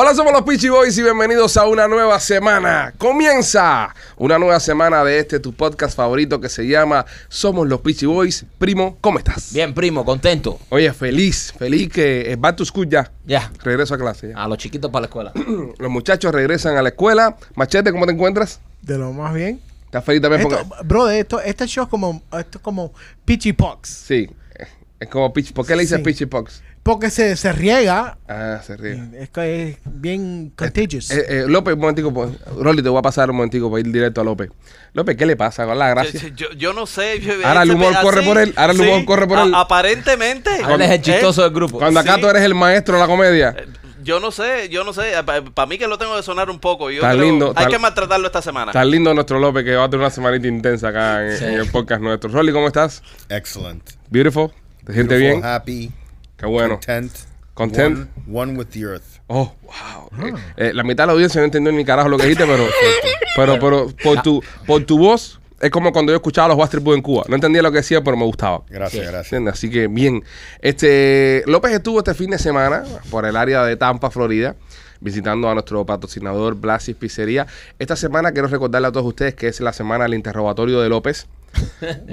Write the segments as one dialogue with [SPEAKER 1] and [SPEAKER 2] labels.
[SPEAKER 1] Hola, somos los Peachy Boys y bienvenidos a una nueva semana. Comienza una nueva semana de este tu podcast favorito que se llama Somos los Peachy Boys. Primo, ¿cómo estás?
[SPEAKER 2] Bien, primo, contento.
[SPEAKER 1] Oye, feliz, feliz que eh, back to school ya.
[SPEAKER 2] Ya,
[SPEAKER 1] Regreso a clase ya.
[SPEAKER 2] a los chiquitos para la escuela.
[SPEAKER 1] Los muchachos regresan a la escuela. Machete, ¿cómo te encuentras?
[SPEAKER 3] De lo más bien.
[SPEAKER 1] ¿Estás feliz también?
[SPEAKER 3] Esto,
[SPEAKER 1] Pues Porque-
[SPEAKER 3] bro, esto, este show es como, esto es como Pitchy Pox.
[SPEAKER 1] Sí. Es como Peach. ¿Por qué le dices
[SPEAKER 3] Sí.
[SPEAKER 1] Peachy Pox?
[SPEAKER 3] Porque se, se riega.
[SPEAKER 1] Ah, se ríe.
[SPEAKER 3] Es, que es bien contagious.
[SPEAKER 1] Eh, eh, López, un momentico. pues, Rolly, te voy a pasar un momentico para ir directo a López. López, ¿qué le pasa con la gracia?
[SPEAKER 4] Yo, yo- yo no sé. yo- este
[SPEAKER 1] Ahora el
[SPEAKER 4] ese
[SPEAKER 1] humor
[SPEAKER 4] pedacito-
[SPEAKER 1] corre por él, ahora el humor corre por
[SPEAKER 4] a-
[SPEAKER 1] él.
[SPEAKER 4] Aparentemente. ¿Eh?
[SPEAKER 2] Él es el chistoso del grupo.
[SPEAKER 1] Cuando acá
[SPEAKER 4] sí.
[SPEAKER 1] tú eres el maestro de la comedia.
[SPEAKER 4] Eh, Yo no sé, yo no sé. Para mí que lo tengo que sonar un poco. Yo
[SPEAKER 1] Está
[SPEAKER 4] creo-
[SPEAKER 1] lindo,
[SPEAKER 4] Hay
[SPEAKER 1] está-
[SPEAKER 4] que maltratarlo esta semana.
[SPEAKER 1] Está lindo nuestro López que va a tener una semanita intensa acá en,
[SPEAKER 2] Sí.
[SPEAKER 1] en el podcast nuestro. Rolly, ¿cómo estás?
[SPEAKER 5] Excellent.
[SPEAKER 1] Beautiful. ¿Te sientes
[SPEAKER 5] Beautiful, Ah,
[SPEAKER 1] bien?
[SPEAKER 5] Happy.
[SPEAKER 1] Qué bueno.
[SPEAKER 5] Content.
[SPEAKER 1] Content.
[SPEAKER 5] One, one with the earth.
[SPEAKER 1] Oh, wow. Eh, eh, la mitad de la audiencia no entendió ni carajo lo que dijiste, pero, pero, pero por, tu, por tu voz es como cuando yo escuchaba a los Buster Boys en Cuba. No entendía lo que decía, pero me gustaba.
[SPEAKER 5] Gracias, gracias.
[SPEAKER 1] ¿Entiendes? Así que bien. Este López estuvo este fin de semana por el área de Tampa, Florida, visitando a nuestro patrocinador Blasis Pizzería. Esta semana quiero recordarle a todos ustedes que es la semana del interrogatorio de López,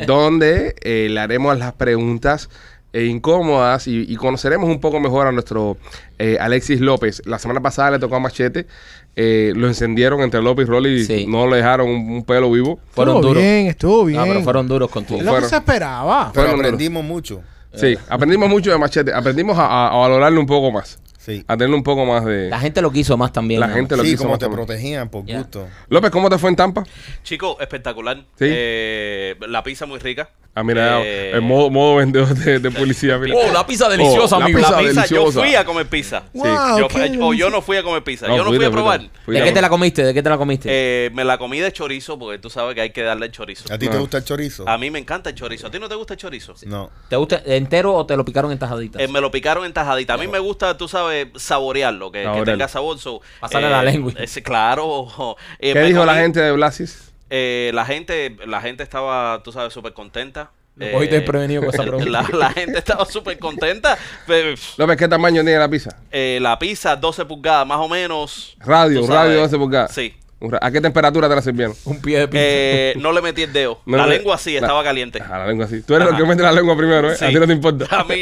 [SPEAKER 1] donde eh, le haremos las preguntas eh, incómodas y, y conoceremos un poco mejor a nuestro eh, Alexis López. La semana pasada le tocó a Machete, eh, lo encendieron entre López y Rolly,
[SPEAKER 2] Sí.
[SPEAKER 1] no le dejaron un, un pelo vivo.
[SPEAKER 2] Fueron
[SPEAKER 3] estuvo
[SPEAKER 2] duros.
[SPEAKER 3] bien, estuvo bien.
[SPEAKER 2] No, pero fueron duros contigo.
[SPEAKER 3] Es lo
[SPEAKER 1] fueron-
[SPEAKER 3] que se esperaba.
[SPEAKER 1] Fueron
[SPEAKER 5] Pero
[SPEAKER 1] números.
[SPEAKER 5] aprendimos mucho.
[SPEAKER 4] Eh.
[SPEAKER 1] Sí, aprendimos mucho de Machete, aprendimos a- a- a valorarlo un poco más.
[SPEAKER 5] Sí.
[SPEAKER 1] a tener un poco más de
[SPEAKER 2] La gente lo quiso más también.
[SPEAKER 1] la
[SPEAKER 2] ¿no?
[SPEAKER 1] gente lo
[SPEAKER 5] Sí,
[SPEAKER 1] quiso
[SPEAKER 5] como
[SPEAKER 1] más
[SPEAKER 5] te
[SPEAKER 1] también.
[SPEAKER 5] protegían por
[SPEAKER 2] Ya.
[SPEAKER 5] gusto.
[SPEAKER 1] López, ¿cómo te fue en Tampa?
[SPEAKER 4] Chico, espectacular.
[SPEAKER 1] Sí.
[SPEAKER 4] Eh, la pizza muy rica.
[SPEAKER 1] Ah, mira,
[SPEAKER 4] Eh,
[SPEAKER 1] el modo, modo vendedor de, de publicidad. mira.
[SPEAKER 2] Oh, la pizza deliciosa,
[SPEAKER 1] Oh, la
[SPEAKER 2] amigo.
[SPEAKER 1] pizza
[SPEAKER 4] la pizza, yo
[SPEAKER 1] deliciosa.
[SPEAKER 4] fui a comer pizza.
[SPEAKER 3] Wow,
[SPEAKER 4] Yo-
[SPEAKER 3] qué
[SPEAKER 4] o yo no fui a comer pizza. yo no fui
[SPEAKER 1] fuiste,
[SPEAKER 4] a probar.
[SPEAKER 1] fuiste, fuiste
[SPEAKER 2] ¿De
[SPEAKER 1] a
[SPEAKER 2] qué te la
[SPEAKER 1] probar.
[SPEAKER 2] comiste? ¿De qué te la comiste?
[SPEAKER 4] Eh, me la comí de chorizo porque tú sabes que hay que darle el chorizo.
[SPEAKER 5] ¿A ti te gusta el chorizo?
[SPEAKER 4] A mí me encanta el chorizo. ¿A ti no te gusta el chorizo?
[SPEAKER 5] No.
[SPEAKER 2] ¿Te gusta entero o te lo picaron en tajaditas?
[SPEAKER 4] Eh, me lo picaron en tajadita. A mí me gusta, tú sabes, saborearlo, que, que
[SPEAKER 1] Saborearlo.
[SPEAKER 4] tenga sabor. So,
[SPEAKER 2] Pasarle la lengua.
[SPEAKER 4] ese, claro. Eh,
[SPEAKER 1] ¿Qué
[SPEAKER 4] me
[SPEAKER 1] dijo la
[SPEAKER 4] comí-
[SPEAKER 1] gente de Blasis?
[SPEAKER 4] eh, la gente? La gente estaba, tú sabes, súper contenta.
[SPEAKER 2] Lo cogiste desprevenido con esa pregunta.
[SPEAKER 4] La, la gente estaba súper contenta. Pe-
[SPEAKER 1] López, ¿qué tamaño tiene la pizza?
[SPEAKER 4] eh, la pizza, 12 pulgadas, más o menos.
[SPEAKER 1] Radio,
[SPEAKER 4] Tú sabes.
[SPEAKER 1] radio 12 pulgadas.
[SPEAKER 4] Sí.
[SPEAKER 1] Un ra- ¿A qué temperatura te la sirvieron?
[SPEAKER 2] Un pie de pizza.
[SPEAKER 4] Eh, no le metí el dedo.
[SPEAKER 1] No
[SPEAKER 4] la
[SPEAKER 1] le-
[SPEAKER 4] lengua sí,
[SPEAKER 1] la-
[SPEAKER 4] estaba caliente.
[SPEAKER 1] A la lengua así. Tú eres
[SPEAKER 4] Ajá.
[SPEAKER 1] el que mete la lengua primero, ¿eh?
[SPEAKER 4] Sí.
[SPEAKER 1] A ti no te importa.
[SPEAKER 4] A mí,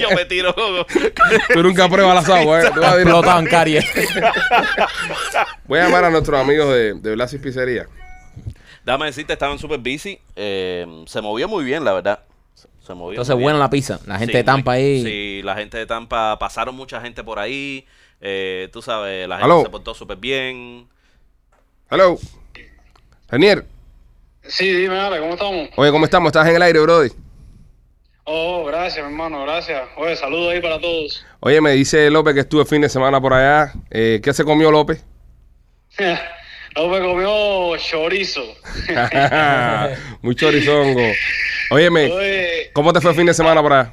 [SPEAKER 4] yo me tiro.
[SPEAKER 1] Tú nunca pruebas las aguas, ¿eh? Tú vas a decir-
[SPEAKER 2] Explotaban caries.
[SPEAKER 1] Voy a llamar a nuestros amigos de, de Blasis Pizzería.
[SPEAKER 4] Dame decirte, estaban súper busy. Eh, se movió muy bien, la verdad. Se- Se movió
[SPEAKER 2] Entonces,
[SPEAKER 4] muy
[SPEAKER 2] buena
[SPEAKER 4] bien.
[SPEAKER 2] la pizza. La gente
[SPEAKER 4] Sí,
[SPEAKER 2] de Tampa
[SPEAKER 4] muy-
[SPEAKER 2] ahí.
[SPEAKER 4] Sí, la gente de Tampa, pasaron mucha gente por ahí. eh, tú sabes, la gente
[SPEAKER 1] Aló.
[SPEAKER 4] se portó súper bien.
[SPEAKER 1] Hello. Daniel,
[SPEAKER 6] Sí, dime, Ale, ¿cómo estamos?
[SPEAKER 1] oye, ¿cómo estamos? ¿Estás en el aire, brody?
[SPEAKER 6] Oh, gracias, mi hermano, gracias. Oye, saludos ahí para todos.
[SPEAKER 1] Oye, me dice López que estuve el fin de semana por allá. Eh, ¿Qué se comió López?
[SPEAKER 6] López comió chorizo.
[SPEAKER 1] Muy chorizongo. Óyeme,
[SPEAKER 6] Oye,
[SPEAKER 1] ¿cómo te fue el fin de semana por allá?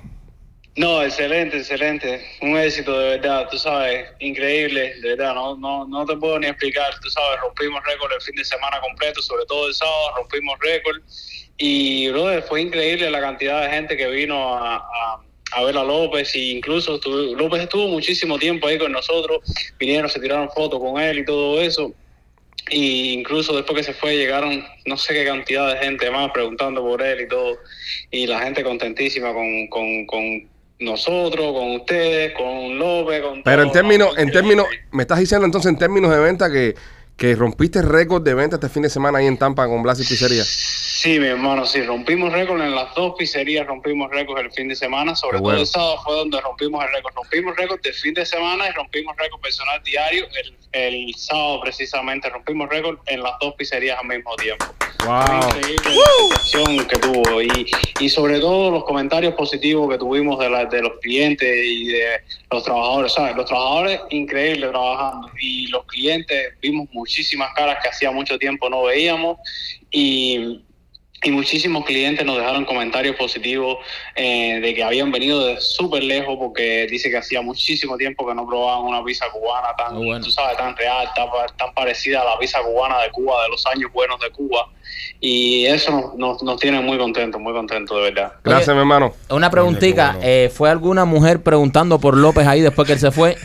[SPEAKER 6] no, excelente, excelente. Un éxito, de verdad, tú sabes, increíble, de verdad, no, no, no te puedo ni explicar, tú sabes, rompimos récord el fin de semana completo, sobre todo el sábado, rompimos récord. Y, brother, fue increíble la cantidad de gente que vino a, a- a ver a López, y incluso estuvo- López estuvo muchísimo tiempo ahí con nosotros, vinieron, se tiraron fotos con él y todo eso. Y incluso después que se fue llegaron no sé qué cantidad de gente más preguntando por él y todo. Y la gente contentísima con, con, con nosotros, con ustedes, con López, con
[SPEAKER 1] Pero en
[SPEAKER 6] todos, ¿no?
[SPEAKER 1] términos, en términos, me estás diciendo entonces en términos de venta que, que rompiste récord de venta este fin de semana ahí en Tampa con Blas y Pizzería.
[SPEAKER 6] Sí, mi hermano, sí, rompimos récord en las dos pizzerías, rompimos récord el fin de semana, sobre
[SPEAKER 1] Qué bueno.
[SPEAKER 6] todo el sábado fue donde rompimos el récord, rompimos récord de fin de semana y rompimos récord personal diario el, el sábado precisamente, rompimos récord en las dos pizzerías al mismo tiempo.
[SPEAKER 1] Wow.
[SPEAKER 6] Increíble la aceptación que tuvo y, y sobre todo los comentarios positivos que tuvimos de, la- de los clientes y de los trabajadores, ¿sabes? Los trabajadores increíbles trabajando y los clientes vimos muchísimas caras que hacía mucho tiempo no veíamos y Y muchísimos clientes nos dejaron comentarios positivos eh, de que habían venido de súper lejos porque dice que hacía muchísimo tiempo que no probaban una pizza cubana tan,
[SPEAKER 2] Muy bueno.
[SPEAKER 6] tú sabes, tan real, tan, tan parecida a la pizza cubana de Cuba, de los años buenos de Cuba. Y eso nos, nos, nos tiene muy contentos, muy contentos, de verdad.
[SPEAKER 1] Gracias,
[SPEAKER 2] Oye,
[SPEAKER 1] mi hermano.
[SPEAKER 2] Una preguntita,
[SPEAKER 5] Coño, qué bueno.
[SPEAKER 2] eh, ¿fue alguna mujer preguntando por López ahí después que él se fue?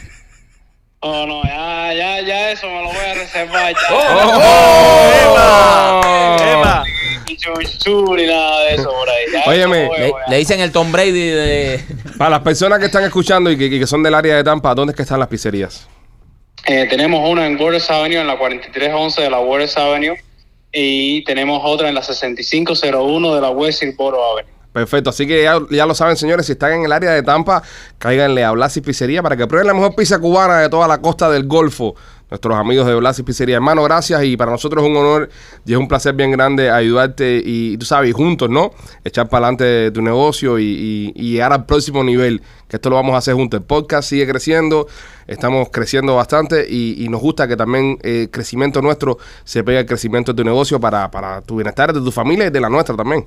[SPEAKER 6] Oh, no, ya, ya, ya eso me lo voy a reservar. Ya.
[SPEAKER 2] Oh,
[SPEAKER 4] ¡Oh!
[SPEAKER 1] ¡Oh!
[SPEAKER 4] Emma.
[SPEAKER 6] Ni chuchu, ni nada de eso por ahí. Ya eso
[SPEAKER 1] Óyeme,
[SPEAKER 6] no
[SPEAKER 2] Le,
[SPEAKER 6] juego, ya.
[SPEAKER 2] le dicen el Tom Brady de...
[SPEAKER 1] Para las personas que están escuchando y que, que son del área de Tampa, ¿dónde es que están las pizzerías?
[SPEAKER 6] Eh, tenemos una en Waters Avenue, en la 4311 de la Waters Avenue, y tenemos otra en la 6501 de la West Silboro Avenue.
[SPEAKER 1] Perfecto, así que ya, ya lo saben, señores, si están en el área de Tampa, cáiganle a Blasis Pizzería para que prueben la mejor pizza cubana de toda la costa del Golfo. Nuestros amigos de Blasis Pizzería, hermano, gracias y para nosotros es un honor y es un placer bien grande ayudarte y tú sabes, juntos, ¿no? Echar para adelante tu negocio y, y- y llegar al próximo nivel, que esto lo vamos a hacer juntos. El podcast sigue creciendo, estamos creciendo bastante y, y nos gusta que también eh, el crecimiento nuestro se pegue al crecimiento de tu negocio para, para tu bienestar, de tu familia y de la nuestra también.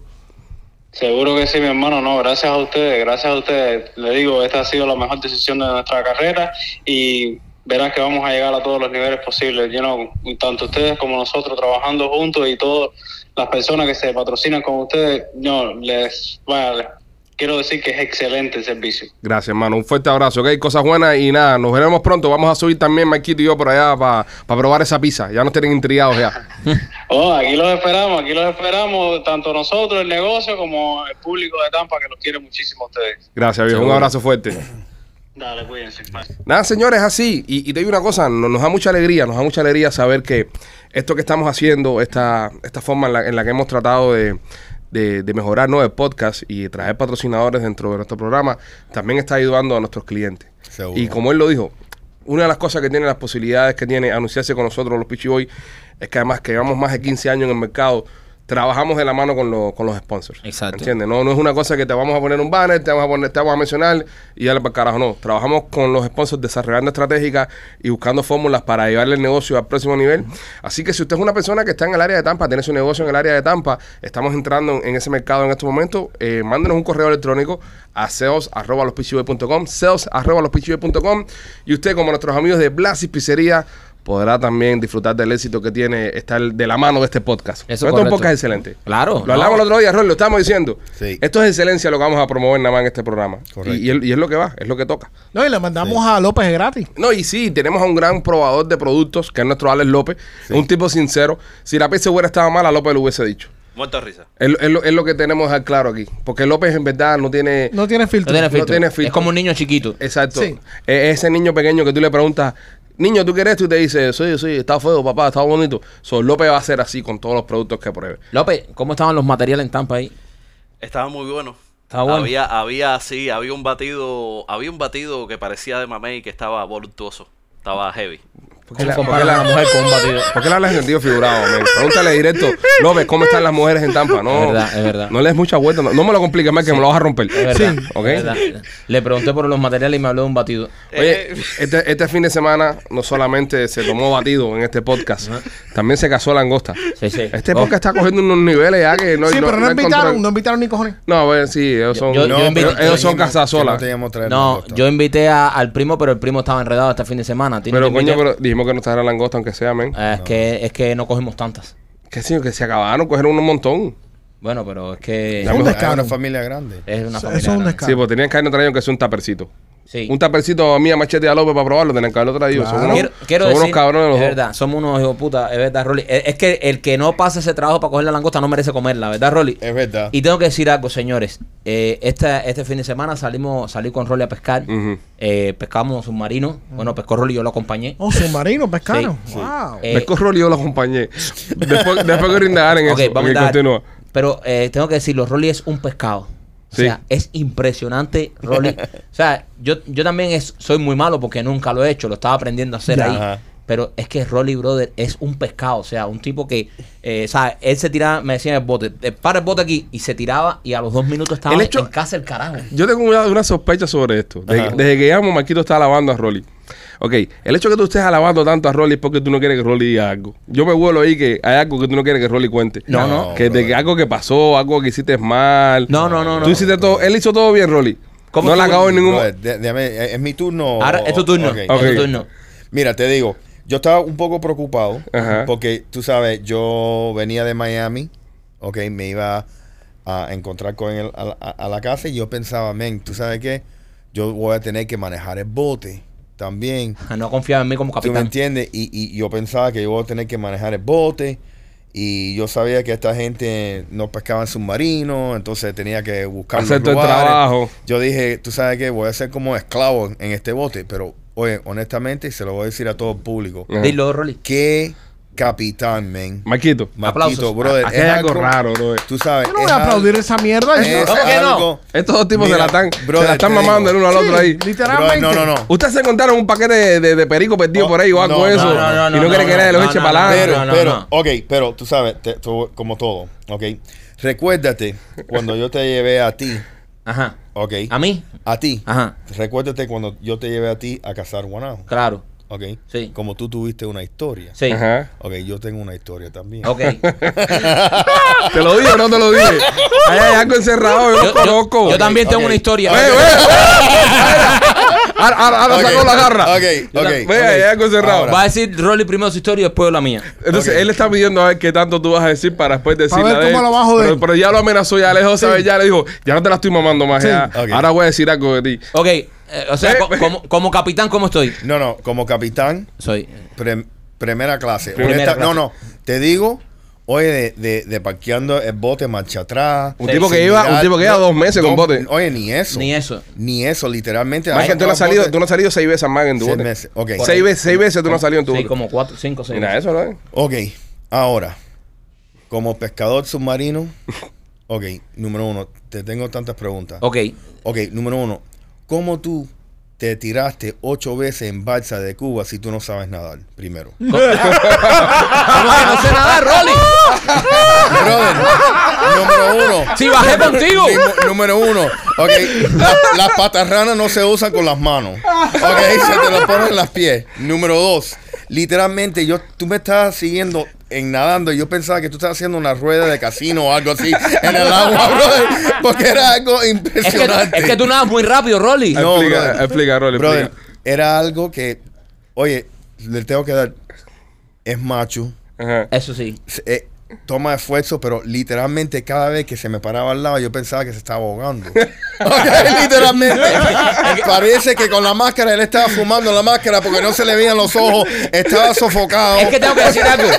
[SPEAKER 6] Seguro que sí, mi hermano. No, gracias a ustedes, gracias a ustedes. Le digo, esta ha sido la mejor decisión de nuestra carrera y verás que vamos a llegar a todos los niveles posibles. You know, tanto ustedes como nosotros trabajando juntos y todas las personas que se patrocinan con ustedes, no, les, bueno, les quiero decir que es excelente el servicio.
[SPEAKER 1] Gracias, hermano. Un fuerte abrazo, ¿ok? Cosas buenas y nada, nos veremos pronto. Vamos a subir también Marquito y yo por allá para probar esa pizza. Ya nos tienen intrigados ya.
[SPEAKER 6] Oh, aquí los esperamos, aquí los esperamos, tanto nosotros, el negocio, como el público de Tampa que los quiere muchísimo a ustedes.
[SPEAKER 1] Gracias, viejo. Un abrazo fuerte.
[SPEAKER 6] Dale, cuídense. bye.
[SPEAKER 1] Nada, señores, así. Y, y te digo una cosa, no- nos, da mucha alegría, nos da mucha alegría saber que esto que estamos haciendo, esta, esta forma en la, en la que hemos tratado de, de- de mejorar ¿no? el podcast y traer patrocinadores dentro de nuestro programa, también está ayudando a nuestros clientes.
[SPEAKER 5] Seguro.
[SPEAKER 1] Y como él lo dijo, una de las cosas que tiene, las posibilidades que tiene anunciarse con nosotros los Pichi Boy, es que además que llevamos más de 15 años en el mercado, trabajamos de la mano con, los- con los sponsors.
[SPEAKER 2] Exacto.
[SPEAKER 1] ¿Entiendes? No, no es una cosa que te vamos a poner un banner, te vamos a, poner, te vamos a mencionar y ya para carajo. No, trabajamos con los sponsors desarrollando estratégicas y buscando fórmulas para llevarle el negocio al próximo nivel. Así que si usted es una persona que está en el área de Tampa, tiene su negocio en el área de Tampa, estamos entrando en ese mercado en estos momentos, eh, mándenos un correo electrónico a sales.com, sales.com y usted como nuestros amigos de Blas y Pizzería podrá también disfrutar del éxito que tiene estar de la mano de este podcast.
[SPEAKER 2] Eso
[SPEAKER 1] Pero esto es un
[SPEAKER 2] correcto.
[SPEAKER 1] podcast excelente.
[SPEAKER 2] Claro,
[SPEAKER 1] Lo hablamos
[SPEAKER 2] no.
[SPEAKER 1] el otro día, Rol, lo estamos diciendo.
[SPEAKER 5] Sí.
[SPEAKER 1] Esto es excelencia lo que vamos a promover nada más en este programa.
[SPEAKER 5] Correcto.
[SPEAKER 1] Y, y es, y es lo que va, es lo que toca.
[SPEAKER 3] No, y le mandamos a López gratis.
[SPEAKER 1] No, y sí, tenemos a un gran probador de productos, que es nuestro Alex López, un tipo sincero. Si la pizza hubiera estado mala, López lo hubiese dicho.
[SPEAKER 4] Muerto de risa.
[SPEAKER 1] Es, lo- es lo, es lo que tenemos que dejar claro aquí. Porque López en verdad no tiene...
[SPEAKER 3] No tiene
[SPEAKER 2] No
[SPEAKER 3] filtro.
[SPEAKER 2] tiene filtro.
[SPEAKER 1] tiene filtro. Eh.
[SPEAKER 2] Es como un niño chiquito.
[SPEAKER 1] Exacto.
[SPEAKER 3] Sí.
[SPEAKER 1] Es ese niño pequeño que tú le preguntas, niño, ¿tú quieres esto? Y te dice, sí, sí, está feo, papá, está bonito. So, López va a ser así con todos los productos que pruebe.
[SPEAKER 2] López, ¿cómo estaban los materiales en Tampa ahí?
[SPEAKER 4] Estaba muy bueno.
[SPEAKER 2] Estaba bueno.
[SPEAKER 4] Había, había, sí, había un batido, había un batido que parecía de mamey que estaba voluptuoso. Estaba heavy.
[SPEAKER 1] ¿Por qué
[SPEAKER 2] ¿Cómo
[SPEAKER 1] la-
[SPEAKER 2] comparan a
[SPEAKER 1] por
[SPEAKER 2] una
[SPEAKER 1] qué la-
[SPEAKER 2] mujer con un batido?
[SPEAKER 1] ¿Por qué le hablas en sentido figurado, men? Pregúntale directo, López, ¿cómo están las mujeres en Tampa? No,
[SPEAKER 2] Es verdad, es verdad.
[SPEAKER 1] No le des mucha vuelta, no, no me lo compliques más que me lo vas a romper.
[SPEAKER 2] Es verdad,
[SPEAKER 1] Sí. ¿Ok?
[SPEAKER 2] es verdad. Le pregunté por los materiales y me habló de un batido.
[SPEAKER 1] Oye,
[SPEAKER 4] Eh,
[SPEAKER 1] este, este fin de semana no solamente se tomó batido en este podcast, también se casó langosta.
[SPEAKER 2] Sí, sí.
[SPEAKER 1] Este
[SPEAKER 2] Oh.
[SPEAKER 1] podcast está cogiendo unos niveles ya que no
[SPEAKER 3] sí, pero no,
[SPEAKER 1] hay
[SPEAKER 3] invitaron,
[SPEAKER 1] control.
[SPEAKER 3] no invitaron ni cojones.
[SPEAKER 1] No, bueno, sí, ellos son,
[SPEAKER 2] Yo- yo
[SPEAKER 1] ellos-
[SPEAKER 2] invito-
[SPEAKER 1] ellos son casasolas.
[SPEAKER 5] No, te llamó a traer
[SPEAKER 2] No,
[SPEAKER 5] langosta.
[SPEAKER 2] yo invité a- al primo, pero el primo estaba enredado hasta el fin de semana. A ti no
[SPEAKER 1] Pero
[SPEAKER 2] te
[SPEAKER 1] coño,
[SPEAKER 2] invité.
[SPEAKER 1] pero dijimos que no trajeran langosta aunque sea, men.
[SPEAKER 2] Eh, Es, que, es que no cogimos tantas.
[SPEAKER 1] Que sí, que se acabaron, cogieron un montón.
[SPEAKER 2] Bueno, pero es que
[SPEAKER 5] Es
[SPEAKER 1] un
[SPEAKER 5] una-
[SPEAKER 3] descaro.
[SPEAKER 5] es una familia grande.
[SPEAKER 2] es una
[SPEAKER 3] Eso
[SPEAKER 2] familia.
[SPEAKER 3] es un
[SPEAKER 2] grande.
[SPEAKER 3] descaro.
[SPEAKER 1] Sí, pues tenían que habernos traído que es un tapercito.
[SPEAKER 2] Sí.
[SPEAKER 1] Un tapercito a mí, a Machete y a López para probarlo, tenían que haberlo traído. Son unos,
[SPEAKER 2] Quiero, quiero
[SPEAKER 1] Ah, son unos
[SPEAKER 2] decir,
[SPEAKER 1] cabrones los
[SPEAKER 2] es
[SPEAKER 1] dos.
[SPEAKER 2] verdad, somos unos hijos puta, es verdad, Rolly. Es, es que el que no pasa ese trabajo para coger la langosta no merece comerla, ¿verdad, Rolly?
[SPEAKER 5] Es verdad.
[SPEAKER 2] Y tengo que decir algo, señores. Eh, esta- este fin de semana salimos, salí con Rolly a pescar.
[SPEAKER 1] Ujú.
[SPEAKER 2] Eh, pescamos submarino. Bueno, pescó Rolly, yo lo acompañé. Eh,
[SPEAKER 3] Oh, submarino, pescano.
[SPEAKER 2] Sí,
[SPEAKER 3] wow.
[SPEAKER 2] Eh,
[SPEAKER 1] Después Rolly yo lo acompañé. Después, después quiero indagar en
[SPEAKER 2] Ok,
[SPEAKER 1] eso.
[SPEAKER 2] vamos
[SPEAKER 1] Ok,
[SPEAKER 2] a dar-
[SPEAKER 1] continúa.
[SPEAKER 2] Pero eh, tengo que decirlo, Rolly es un pescado. O
[SPEAKER 1] Sí.
[SPEAKER 2] sea, es impresionante, Rolly. o sea, yo, yo también es- soy muy malo porque nunca lo he hecho, lo estaba aprendiendo a hacer
[SPEAKER 3] Ya.
[SPEAKER 2] ahí.
[SPEAKER 5] Ajá.
[SPEAKER 2] Pero es que Rolly Brother es un pescado, o sea, un tipo que, eh, o sea, él se tiraba, me decía en el bote, "Eh, para el bote aquí, y se tiraba y a los dos minutos estaba
[SPEAKER 1] El hecho-
[SPEAKER 2] en casa el carajo.
[SPEAKER 1] Yo tengo una, una sospecha sobre esto. Desde,
[SPEAKER 5] Ajá.
[SPEAKER 1] desde que llegamos, Marquito está lavando a Rolly. Ok, el hecho que tú estés alabando tanto a Rolly es porque tú no quieres que Rolly diga algo. Yo me vuelo ahí que hay algo que tú no quieres que Rolly cuente.
[SPEAKER 2] No,
[SPEAKER 5] no.
[SPEAKER 1] Que de que algo que pasó, algo que hiciste mal.
[SPEAKER 2] No, no, no, no.
[SPEAKER 1] Tú hiciste todo, él hizo todo bien, Rolly.
[SPEAKER 2] ¿Cómo
[SPEAKER 1] no
[SPEAKER 2] tú-
[SPEAKER 1] la acabó en ningún
[SPEAKER 5] Brother,
[SPEAKER 1] momento.
[SPEAKER 5] dé- déjame, eh, ¿Es mi turno? o-
[SPEAKER 2] Ahora es tu turno.
[SPEAKER 5] Ok.
[SPEAKER 1] Oh, Ok.
[SPEAKER 2] Es tu turno.
[SPEAKER 5] Mira, te digo, yo estaba un poco preocupado
[SPEAKER 1] Ajá.
[SPEAKER 5] porque tú sabes, yo venía de Miami, ok, me iba a encontrar con él a, la- a la casa y yo pensaba, men, tú sabes qué, yo voy a tener que manejar el bote también.
[SPEAKER 2] Ah, No confiaba en mí como
[SPEAKER 5] ¿Tú me
[SPEAKER 2] capitán.
[SPEAKER 5] entiendes? Y, y yo pensaba que yo iba a tener que manejar el bote. Y yo sabía que esta gente no pescaba en submarino, entonces tenía que buscar
[SPEAKER 1] Hacer
[SPEAKER 5] los
[SPEAKER 1] todo el
[SPEAKER 5] lugares.
[SPEAKER 1] trabajo.
[SPEAKER 5] Yo dije, tú sabes que voy a ser como esclavo en, en este bote, pero oye, honestamente, y se lo voy a decir a todo el público,
[SPEAKER 1] Ajá.
[SPEAKER 2] Dilo, Rolly.
[SPEAKER 5] qué capitán, men.
[SPEAKER 1] Marquito,
[SPEAKER 5] Marquito,
[SPEAKER 2] Aplausos.
[SPEAKER 5] brother,
[SPEAKER 1] aquí hay algo raro, bro.
[SPEAKER 5] Tú sabes,
[SPEAKER 3] Yo no voy
[SPEAKER 5] es
[SPEAKER 3] a
[SPEAKER 5] al-
[SPEAKER 3] aplaudir esa mierda. yo-
[SPEAKER 5] es
[SPEAKER 2] ¿Cómo que no?
[SPEAKER 5] algo-
[SPEAKER 1] Estos dos tipos
[SPEAKER 5] Mira,
[SPEAKER 1] se la están,
[SPEAKER 5] brother,
[SPEAKER 1] se la están
[SPEAKER 5] te digo.
[SPEAKER 1] mamando el uno al otro
[SPEAKER 3] Sí,
[SPEAKER 1] ahí.
[SPEAKER 3] Literalmente.
[SPEAKER 5] Brother, no, no, no.
[SPEAKER 1] Ustedes se encontraron un paquete de, de- de perico perdido
[SPEAKER 5] Oh,
[SPEAKER 1] por ahí o algo
[SPEAKER 5] no,
[SPEAKER 1] de
[SPEAKER 5] no,
[SPEAKER 1] eso.
[SPEAKER 5] no, no,
[SPEAKER 1] y no,
[SPEAKER 2] no,
[SPEAKER 1] quiere que
[SPEAKER 2] no,
[SPEAKER 1] nadie lo
[SPEAKER 2] no,
[SPEAKER 1] eche
[SPEAKER 2] no,
[SPEAKER 1] para
[SPEAKER 2] no,
[SPEAKER 1] adelante.
[SPEAKER 5] pero,
[SPEAKER 2] no, no,
[SPEAKER 5] pero,
[SPEAKER 2] no.
[SPEAKER 5] ok, pero tú sabes, te- tú- como todo, ok. Recuérdate cuando yo te llevé a ti,
[SPEAKER 2] Ajá.
[SPEAKER 5] ok.
[SPEAKER 2] ¿A mí?
[SPEAKER 5] A ti.
[SPEAKER 2] Ajá.
[SPEAKER 5] Recuérdate cuando yo te llevé a ti a cazar guanajo,
[SPEAKER 2] Claro.
[SPEAKER 5] ok.
[SPEAKER 2] Sí.
[SPEAKER 5] Como tú tuviste una historia.
[SPEAKER 2] Sí.
[SPEAKER 1] Ajá.
[SPEAKER 5] Ok, yo tengo una historia también.
[SPEAKER 2] Ok.
[SPEAKER 1] Te lo dije o no te lo dije. Ahí hay algo encerrado, yo,
[SPEAKER 2] Yo,
[SPEAKER 1] lo
[SPEAKER 2] yo-
[SPEAKER 1] conozco.
[SPEAKER 2] yo también
[SPEAKER 5] Ok,
[SPEAKER 2] tengo
[SPEAKER 5] ok.
[SPEAKER 2] una historia.
[SPEAKER 1] Ve, ve, ve. Ahora, ahora- ahora
[SPEAKER 5] Ok,
[SPEAKER 1] sacó la garra.
[SPEAKER 5] Ok, ok.
[SPEAKER 1] Ve, ahí hay algo encerrado.
[SPEAKER 5] Ahora,
[SPEAKER 2] Va a decir Rolly primero su historia y después la mía.
[SPEAKER 1] Entonces,
[SPEAKER 5] Ok.
[SPEAKER 1] él está pidiendo a ver qué tanto tú vas a decir para después decir
[SPEAKER 3] ver
[SPEAKER 1] la de
[SPEAKER 3] cómo
[SPEAKER 1] él.
[SPEAKER 3] lo vas a joder.
[SPEAKER 1] Pero, pero ya lo amenazó, ya le dejó saber, ya le dijo, ya no te la estoy mamando más. ya.
[SPEAKER 5] Ok.
[SPEAKER 1] Ahora voy a decir algo de ti.
[SPEAKER 2] Ok. eh, o sea,
[SPEAKER 1] Ve,
[SPEAKER 2] co-
[SPEAKER 1] ve.
[SPEAKER 2] Como, como capitán, ¿cómo estoy?
[SPEAKER 5] No, no, como capitán,
[SPEAKER 2] Soy. eh,
[SPEAKER 5] pre- primera clase.
[SPEAKER 2] Primera
[SPEAKER 5] Honesta-
[SPEAKER 2] clase.
[SPEAKER 5] No, no, te digo, oye, de, de, de parqueando el bote marcha atrás.
[SPEAKER 1] Un
[SPEAKER 2] Sí,
[SPEAKER 1] tipo que
[SPEAKER 5] sin
[SPEAKER 1] iba, un
[SPEAKER 5] mirar-
[SPEAKER 1] tipo que iba
[SPEAKER 5] no,
[SPEAKER 1] dos meses con
[SPEAKER 5] no,
[SPEAKER 1] bote.
[SPEAKER 5] Oye, ni eso.
[SPEAKER 2] Ni eso.
[SPEAKER 5] Ni eso, literalmente.
[SPEAKER 1] Más que tú no has salido, tú no has salido seis veces más en tu
[SPEAKER 5] Seis
[SPEAKER 1] bote.
[SPEAKER 5] meses, ok.
[SPEAKER 1] Seis veces, seis veces tú no has salido en tu
[SPEAKER 2] Sí,
[SPEAKER 1] bote.
[SPEAKER 2] como cuatro, cinco, seis.
[SPEAKER 1] Mira eso, ¿eh? ¿no?
[SPEAKER 5] Ok, ahora, como pescador submarino, ok, número uno, te tengo tantas preguntas.
[SPEAKER 2] Ok.
[SPEAKER 5] Ok, número uno, ¿cómo tú te tiraste ocho veces en balsa de Cuba si tú no sabes nadar? Primero.
[SPEAKER 2] ¿Cómo que no sé nada, Rolly?
[SPEAKER 5] Brother, número uno.
[SPEAKER 2] Sí, bajé contigo.
[SPEAKER 5] Nimo- número uno. Ok, la- las patarranas no se usan con las manos. Ok, se te las ponen en las pies. Número dos, literalmente, yo, tú me estabas siguiendo en nadando y yo pensaba que tú estabas haciendo una rueda de casino o algo así en el agua, brother, porque era algo
[SPEAKER 2] Es que,
[SPEAKER 5] impresionante.
[SPEAKER 2] es que tú nadas muy rápido, Rolly.
[SPEAKER 5] No,
[SPEAKER 1] explica,
[SPEAKER 5] brother.
[SPEAKER 1] explica, Rolly,
[SPEAKER 5] Brother,
[SPEAKER 1] explica.
[SPEAKER 5] era algo que, oye, le tengo que dar, es macho,
[SPEAKER 1] Ajá.
[SPEAKER 2] Eso sí.
[SPEAKER 5] se- eh, toma esfuerzo, pero literalmente cada vez que se me paraba al lado yo pensaba que se estaba ahogando. Ok, literalmente. Parece que con la máscara él estaba fumando la máscara porque no se le veían los ojos, estaba sofocado.
[SPEAKER 2] Es que tengo que decir algo.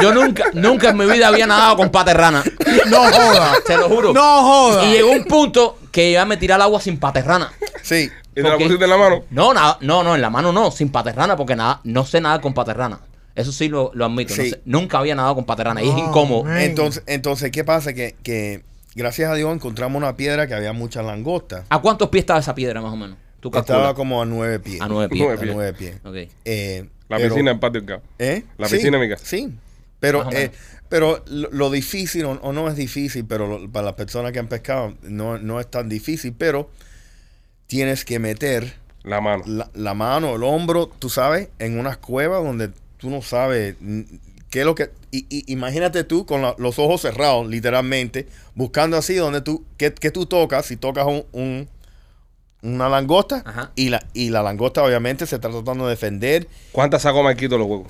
[SPEAKER 2] Yo nunca, nunca en mi vida había nadado con paterrana.
[SPEAKER 3] No joda.
[SPEAKER 2] Te lo juro.
[SPEAKER 3] No joda.
[SPEAKER 2] Y llegó un punto que ya me tiré al agua sin paterrana.
[SPEAKER 5] Sí.
[SPEAKER 1] ¿Y te la
[SPEAKER 2] Ok.
[SPEAKER 1] pusiste en la mano?
[SPEAKER 2] No, nada- no, no, en la mano no, sin paterrana, porque nada, no sé nada con paterrana. Eso sí lo, lo admito. no
[SPEAKER 5] Sí.
[SPEAKER 2] sé- nunca había nadado con paterrana. Y es
[SPEAKER 3] Oh,
[SPEAKER 2] incómodo.
[SPEAKER 3] man.
[SPEAKER 5] Entonces, entonces ¿qué pasa? Que, que gracias a Dios encontramos una piedra que había muchas langostas.
[SPEAKER 2] ¿A cuántos pies estaba esa piedra más o menos? Tú calculas.
[SPEAKER 5] Estaba como a nueve pies.
[SPEAKER 2] A nueve
[SPEAKER 1] Nueve
[SPEAKER 2] pies.
[SPEAKER 5] A nueve pies.
[SPEAKER 2] Ok.
[SPEAKER 5] Eh,
[SPEAKER 1] La
[SPEAKER 5] pero-
[SPEAKER 1] piscina en patio del cabo.
[SPEAKER 5] ¿Eh?
[SPEAKER 1] La piscina, amiga.
[SPEAKER 5] Sí. Pero,
[SPEAKER 2] Más o
[SPEAKER 5] eh, pero lo, lo difícil, o, o no es difícil, pero lo- para las personas que han pescado no, no es tan difícil, pero tienes que meter
[SPEAKER 1] La mano.
[SPEAKER 5] la, la mano, el hombro, tú sabes, en unas cuevas donde tú no sabes mm, qué es lo que... y- y- imagínate tú con la- los ojos cerrados, literalmente, buscando así donde tú, qué, qué tú tocas, si tocas un... un- una langosta
[SPEAKER 2] Ajá.
[SPEAKER 5] y la, y la langosta obviamente se está tratando de defender
[SPEAKER 1] ¿Cuántas sacó Marquito los huevos?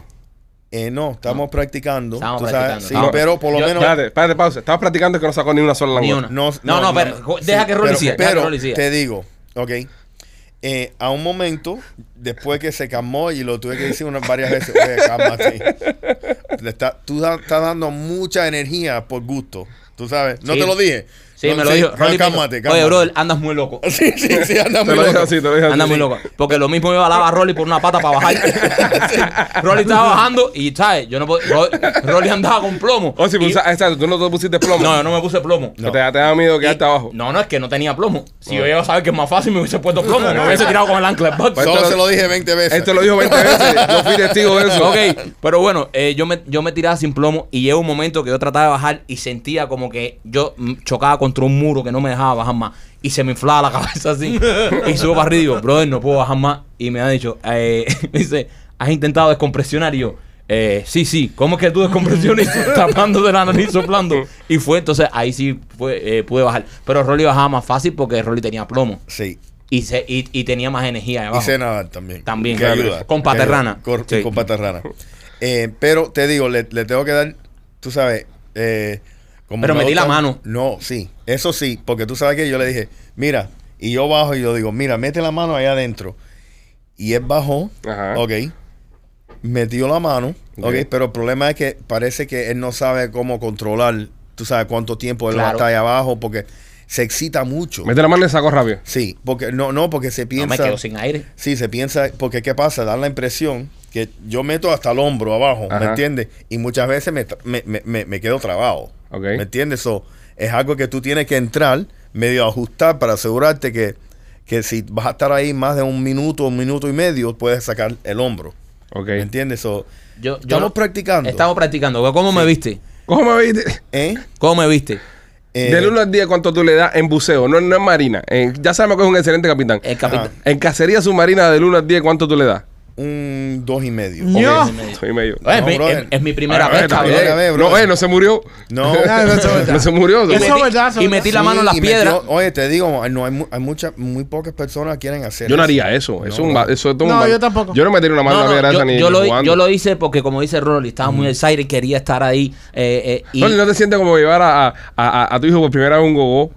[SPEAKER 5] eh, no, estamos practicando.
[SPEAKER 2] Estamos
[SPEAKER 5] tú
[SPEAKER 2] practicando,
[SPEAKER 5] sabes, sí,
[SPEAKER 2] estamos
[SPEAKER 5] pero por lo
[SPEAKER 2] Yo-
[SPEAKER 5] menos.
[SPEAKER 1] Espérate, espérate, pausa. Estabas practicando que no sacó ni una sola
[SPEAKER 2] Ni
[SPEAKER 1] langosta.
[SPEAKER 2] una. No, no, pero jo- deja que Rolly
[SPEAKER 5] pero-
[SPEAKER 2] siga. deja que
[SPEAKER 5] Pero
[SPEAKER 2] Rolly siga.
[SPEAKER 5] te digo, ok. eh, a un momento, después que se calmó y lo tuve que decir unas varias veces, oye, cálmate. Le está- tú da- estás dando mucha energía por gusto. Tú sabes, no
[SPEAKER 2] Sí.
[SPEAKER 5] te lo dije.
[SPEAKER 2] Sí,
[SPEAKER 5] No,
[SPEAKER 2] me lo dijo.
[SPEAKER 5] no,
[SPEAKER 2] Rolly me dijo,
[SPEAKER 5] cálmate, cálmate.
[SPEAKER 2] Oye, bro, andas muy loco.
[SPEAKER 5] Sí, sí, sí,
[SPEAKER 1] Te
[SPEAKER 5] anda muy
[SPEAKER 1] lo dije
[SPEAKER 5] loco.
[SPEAKER 1] así, te lo dije así.
[SPEAKER 2] Anda muy loco. Porque lo mismo iba a lavar a Rolly por una pata para bajar. Rolly estaba bajando y, ¿sabes? Yo no pod- Ro- Rolly andaba con plomo.
[SPEAKER 1] O Oh, si
[SPEAKER 2] Y-
[SPEAKER 1] pulsa- exacto, tú no te pusiste pues plomo.
[SPEAKER 2] No, yo no me puse plomo.
[SPEAKER 1] Te, te da miedo quedarte
[SPEAKER 2] Y-
[SPEAKER 1] abajo. Oh.
[SPEAKER 2] No, no, es que no tenía plomo. Si yo iba a saber que es más fácil, me hubiese puesto plomo. Me hubiese tirado con el ancla del box.
[SPEAKER 1] Pues
[SPEAKER 5] Solo
[SPEAKER 1] esto lo-
[SPEAKER 5] se lo dije 20 veces.
[SPEAKER 1] Esto Este lo dijo 20 veces. Yo fui testigo de eso.
[SPEAKER 2] Ok, pero bueno, eh, yo, me, yo me tiraba sin plomo y llegó un momento que yo trataba de bajar y sentía como que yo mm, chocaba con contra un muro que no me dejaba bajar más. Y se me inflaba la cabeza así. y subo para arriba y digo, brother, no puedo bajar más. Y me ha dicho, eh, me dice, ¿has intentado descompresionar? Y yo, eh, sí, sí, ¿cómo es que tú descompresiones tapándote la nariz soplando? Y fue entonces, ahí sí fue, eh, pude bajar. Pero Rolly bajaba más fácil porque Rolly tenía plomo.
[SPEAKER 5] Sí.
[SPEAKER 2] Y, se, y, y tenía más energía ahí
[SPEAKER 5] Y
[SPEAKER 2] abajo.
[SPEAKER 5] sé nadar también.
[SPEAKER 2] También,
[SPEAKER 5] Que
[SPEAKER 2] claro.
[SPEAKER 5] ayuda.
[SPEAKER 2] Con
[SPEAKER 5] Que ayuda.
[SPEAKER 2] paterrana.
[SPEAKER 5] Cor-
[SPEAKER 2] Sí.
[SPEAKER 5] Con paterrana. Eh, pero te digo, le, le tengo que dar, tú sabes, eh, como
[SPEAKER 2] Pero
[SPEAKER 5] me
[SPEAKER 2] metí la
[SPEAKER 5] gusta-
[SPEAKER 2] mano.
[SPEAKER 5] No, sí, eso sí, porque tú sabes que yo le dije, mira, y yo bajo y yo digo, mira, mete la mano allá adentro. Y él bajó,
[SPEAKER 1] Ajá.
[SPEAKER 5] ok, metió la mano, ok,
[SPEAKER 1] Ok.
[SPEAKER 5] pero el problema es que parece que él no sabe cómo controlar, tú sabes cuánto tiempo él va a
[SPEAKER 2] Claro.
[SPEAKER 5] estar ahí abajo, porque se excita mucho.
[SPEAKER 1] Mete la mano y le saco rápido.
[SPEAKER 5] Sí, porque no, no, porque se
[SPEAKER 2] No
[SPEAKER 5] piensa.
[SPEAKER 2] me quedo sin aire.
[SPEAKER 5] Sí, se piensa, porque ¿qué pasa? Dan la impresión que yo meto hasta el hombro abajo, ¿me
[SPEAKER 1] Ajá.
[SPEAKER 5] entiendes? Y muchas veces me, tra- me, me- me- me quedo trabado,
[SPEAKER 1] Ok.
[SPEAKER 5] ¿me entiendes? So, es algo que tú tienes que entrar, medio ajustar para asegurarte que, que si vas a estar ahí más de un minuto, un minuto y medio, puedes sacar el hombro,
[SPEAKER 1] Ok.
[SPEAKER 5] ¿me entiendes? So,
[SPEAKER 2] Yo, yo
[SPEAKER 5] estamos
[SPEAKER 2] no-
[SPEAKER 5] practicando.
[SPEAKER 2] Estamos practicando. ¿Cómo me viste?
[SPEAKER 1] ¿Cómo me viste?
[SPEAKER 5] ¿eh?
[SPEAKER 2] ¿Cómo me viste?
[SPEAKER 5] Eh,
[SPEAKER 1] Del 1 al 10, ¿cuánto tú le das en buceo? No, no en marina. En- ya sabemos que es un excelente capitán.
[SPEAKER 2] El capitán.
[SPEAKER 1] En cacería submarina, del 1 al 10, ¿cuánto tú le das?
[SPEAKER 5] un dos y medio.
[SPEAKER 3] Yo.
[SPEAKER 1] Estoy medio.
[SPEAKER 2] Oye,
[SPEAKER 5] No,
[SPEAKER 2] mi-
[SPEAKER 5] brother.
[SPEAKER 2] es, es mi primera
[SPEAKER 1] Ah, eh,
[SPEAKER 2] vez,
[SPEAKER 1] también.
[SPEAKER 5] Primera vez, bro.
[SPEAKER 1] No, eh, no se murió.
[SPEAKER 5] No.
[SPEAKER 2] Ah,
[SPEAKER 1] No se murió.
[SPEAKER 2] Y
[SPEAKER 3] Eso
[SPEAKER 2] metí,
[SPEAKER 3] es verdad, eso
[SPEAKER 2] y
[SPEAKER 3] es
[SPEAKER 2] metí
[SPEAKER 3] verdad.
[SPEAKER 2] la mano en las
[SPEAKER 5] Sí, y
[SPEAKER 2] piedras.
[SPEAKER 5] metió- oye, te digo, no hay, mu- hay muchas, muy pocas personas quieren hacer
[SPEAKER 1] Yo no haría eso. eso es un, ba-
[SPEAKER 5] no.
[SPEAKER 1] eso es todo
[SPEAKER 3] No,
[SPEAKER 1] un ba-
[SPEAKER 3] yo tampoco.
[SPEAKER 1] Yo no me tiro una mano
[SPEAKER 2] No,
[SPEAKER 1] en la
[SPEAKER 2] no,
[SPEAKER 1] piedra
[SPEAKER 2] yo,
[SPEAKER 1] esa ni
[SPEAKER 2] yo
[SPEAKER 1] ni
[SPEAKER 2] lo,
[SPEAKER 1] jugando.
[SPEAKER 2] yo lo hice porque, como dice Rolly, estaba muy excited, quería estar ahí. eh, eh, y-
[SPEAKER 1] No, no te sientes como llevar a, a, a- a tu hijo por primera vez a un gogo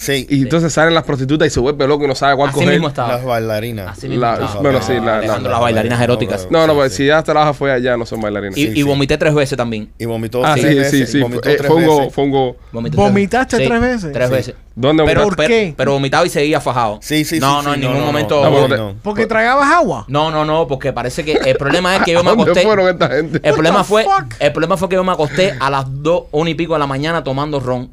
[SPEAKER 5] Sí,
[SPEAKER 1] y entonces salen las prostitutas y se vuelve loco y no sabe cuál
[SPEAKER 2] así
[SPEAKER 1] coger.
[SPEAKER 2] mismo estaba.
[SPEAKER 5] las bailarinas. Ah,
[SPEAKER 2] Así mismo
[SPEAKER 1] La-
[SPEAKER 2] estaba.
[SPEAKER 1] bueno, sí, la- la-
[SPEAKER 2] Alejandro,
[SPEAKER 5] la-
[SPEAKER 2] las bailarinas
[SPEAKER 5] la-
[SPEAKER 2] eróticas.
[SPEAKER 5] la-
[SPEAKER 1] No, no, pues
[SPEAKER 5] Sí,
[SPEAKER 1] si ya te las afuera ya no son bailarinas.
[SPEAKER 2] Y, y vomité tres veces también.
[SPEAKER 5] Y vomitó
[SPEAKER 1] ah,
[SPEAKER 5] tres
[SPEAKER 1] sí,
[SPEAKER 5] veces.
[SPEAKER 1] sí, sí,
[SPEAKER 5] vomitó
[SPEAKER 1] fue- eh,
[SPEAKER 5] tres
[SPEAKER 1] fue un gogo,
[SPEAKER 5] veces.
[SPEAKER 1] fue un gogo.
[SPEAKER 2] Vomité
[SPEAKER 3] ¿Vomitaste tres veces?
[SPEAKER 2] Tres
[SPEAKER 5] Sí.
[SPEAKER 2] veces.
[SPEAKER 1] ¿Dónde vomitaste?
[SPEAKER 2] pero,
[SPEAKER 3] ¿Por
[SPEAKER 2] pero-
[SPEAKER 3] qué?
[SPEAKER 2] pero vomitaba y seguía fajado.
[SPEAKER 5] Sí, sí,
[SPEAKER 2] No,
[SPEAKER 5] sí,
[SPEAKER 2] no,
[SPEAKER 5] sí,
[SPEAKER 2] en ningún momento.
[SPEAKER 1] No,
[SPEAKER 2] No,
[SPEAKER 1] porque-
[SPEAKER 5] no.
[SPEAKER 3] Porque tragabas agua.
[SPEAKER 2] no, no, porque parece que el problema es que yo me
[SPEAKER 1] ¿A dónde
[SPEAKER 2] acosté. Eh,
[SPEAKER 1] fueron esta gente?
[SPEAKER 2] El problema,
[SPEAKER 3] What the
[SPEAKER 2] fue,
[SPEAKER 3] fuck?
[SPEAKER 2] el problema fue que yo me acosté a las 2, 1 y pico de la mañana tomando ron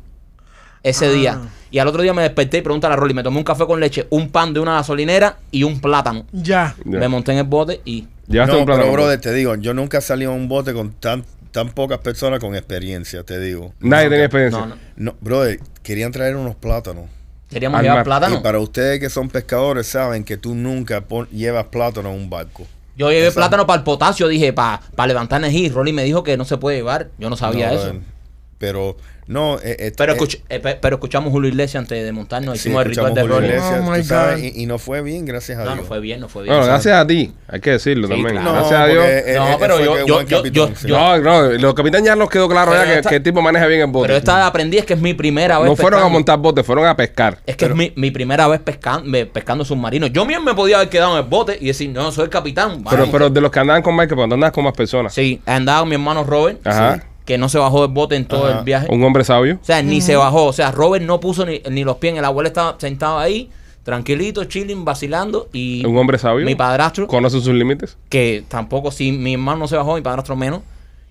[SPEAKER 2] ese día. Y al otro día me desperté y pregunté a la Rolly, me tomé un café con leche, un pan de una gasolinera y un plátano.
[SPEAKER 3] Ya.
[SPEAKER 1] Ya.
[SPEAKER 2] Me monté en el bote y...
[SPEAKER 1] Llevaste
[SPEAKER 5] No,
[SPEAKER 1] un plátano.
[SPEAKER 5] pero brother, te digo, yo nunca salí a un bote con tan, tan pocas personas con experiencia, te digo.
[SPEAKER 1] Nadie tenía experiencia.
[SPEAKER 2] No, no.
[SPEAKER 5] No, brother, querían traer unos plátanos.
[SPEAKER 2] Queríamos
[SPEAKER 1] Al
[SPEAKER 2] llevar
[SPEAKER 1] mar.
[SPEAKER 5] Y
[SPEAKER 2] plátano.
[SPEAKER 5] para ustedes que son pescadores saben que tú nunca pon- llevas plátano a un barco.
[SPEAKER 2] Yo llevé
[SPEAKER 5] Exacto.
[SPEAKER 2] plátano para el potasio, dije, para levantar energía. Y Rolly me dijo que no se puede llevar. Yo no sabía
[SPEAKER 5] No,
[SPEAKER 2] eso.
[SPEAKER 5] brother. Pero, no. eh, eh,
[SPEAKER 2] Pero,
[SPEAKER 5] eh,
[SPEAKER 2] escuch- eh, pe- pero escuchamos Julio Iglesias antes de montarnos.
[SPEAKER 5] sí,
[SPEAKER 2] Hicimos el ritual
[SPEAKER 5] escuchamos
[SPEAKER 2] de
[SPEAKER 5] Julio
[SPEAKER 2] Rolly.
[SPEAKER 5] Iglesias,
[SPEAKER 3] Oh,
[SPEAKER 5] tú
[SPEAKER 3] my
[SPEAKER 5] sabes,
[SPEAKER 3] God.
[SPEAKER 5] y, y no fue bien, gracias a
[SPEAKER 2] No, no
[SPEAKER 5] Dios.
[SPEAKER 2] fue bien, no fue bien.
[SPEAKER 1] Bueno, gracias a ti, hay que decirlo
[SPEAKER 2] Sí,
[SPEAKER 1] también.
[SPEAKER 2] claro.
[SPEAKER 1] Gracias a Dios.
[SPEAKER 5] porque, eh,
[SPEAKER 2] No,
[SPEAKER 5] eh,
[SPEAKER 2] pero
[SPEAKER 5] fue
[SPEAKER 2] yo-
[SPEAKER 5] que
[SPEAKER 2] yo-
[SPEAKER 5] buen
[SPEAKER 2] yo-
[SPEAKER 5] capitán,
[SPEAKER 2] yo-
[SPEAKER 5] sí.
[SPEAKER 1] No, no, los capitán ya nos quedó claro
[SPEAKER 2] Pero
[SPEAKER 1] ya que,
[SPEAKER 2] esta-
[SPEAKER 1] que el tipo maneja bien el bote.
[SPEAKER 2] Pero esta aprendí es que es mi primera vez.
[SPEAKER 1] no fueron a
[SPEAKER 2] pescando.
[SPEAKER 1] montar botes, fueron a pescar.
[SPEAKER 2] Es que es mi, mi primera vez pescando, pescando submarinos. Yo mismo me podía haber quedado en el bote y decir, no, soy el capitán. vamos.
[SPEAKER 1] Pero, pero de los que andaban con Michael, cuando andas con más personas.
[SPEAKER 2] Sí, andaba mi hermano Robert,
[SPEAKER 1] Ajá.
[SPEAKER 2] que no se bajó del bote en todo
[SPEAKER 5] Ajá.
[SPEAKER 2] el viaje.
[SPEAKER 1] Un hombre sabio.
[SPEAKER 2] O sea, ni se bajó. O sea, Robert no puso ni, ni los pies en el abuelo, estaba sentado ahí, tranquilito, chilling, vacilando. Y
[SPEAKER 1] Un hombre sabio.
[SPEAKER 2] mi padrastro,
[SPEAKER 1] Conoce sus límites.
[SPEAKER 2] que tampoco, si mi hermano no se bajó, mi padrastro menos.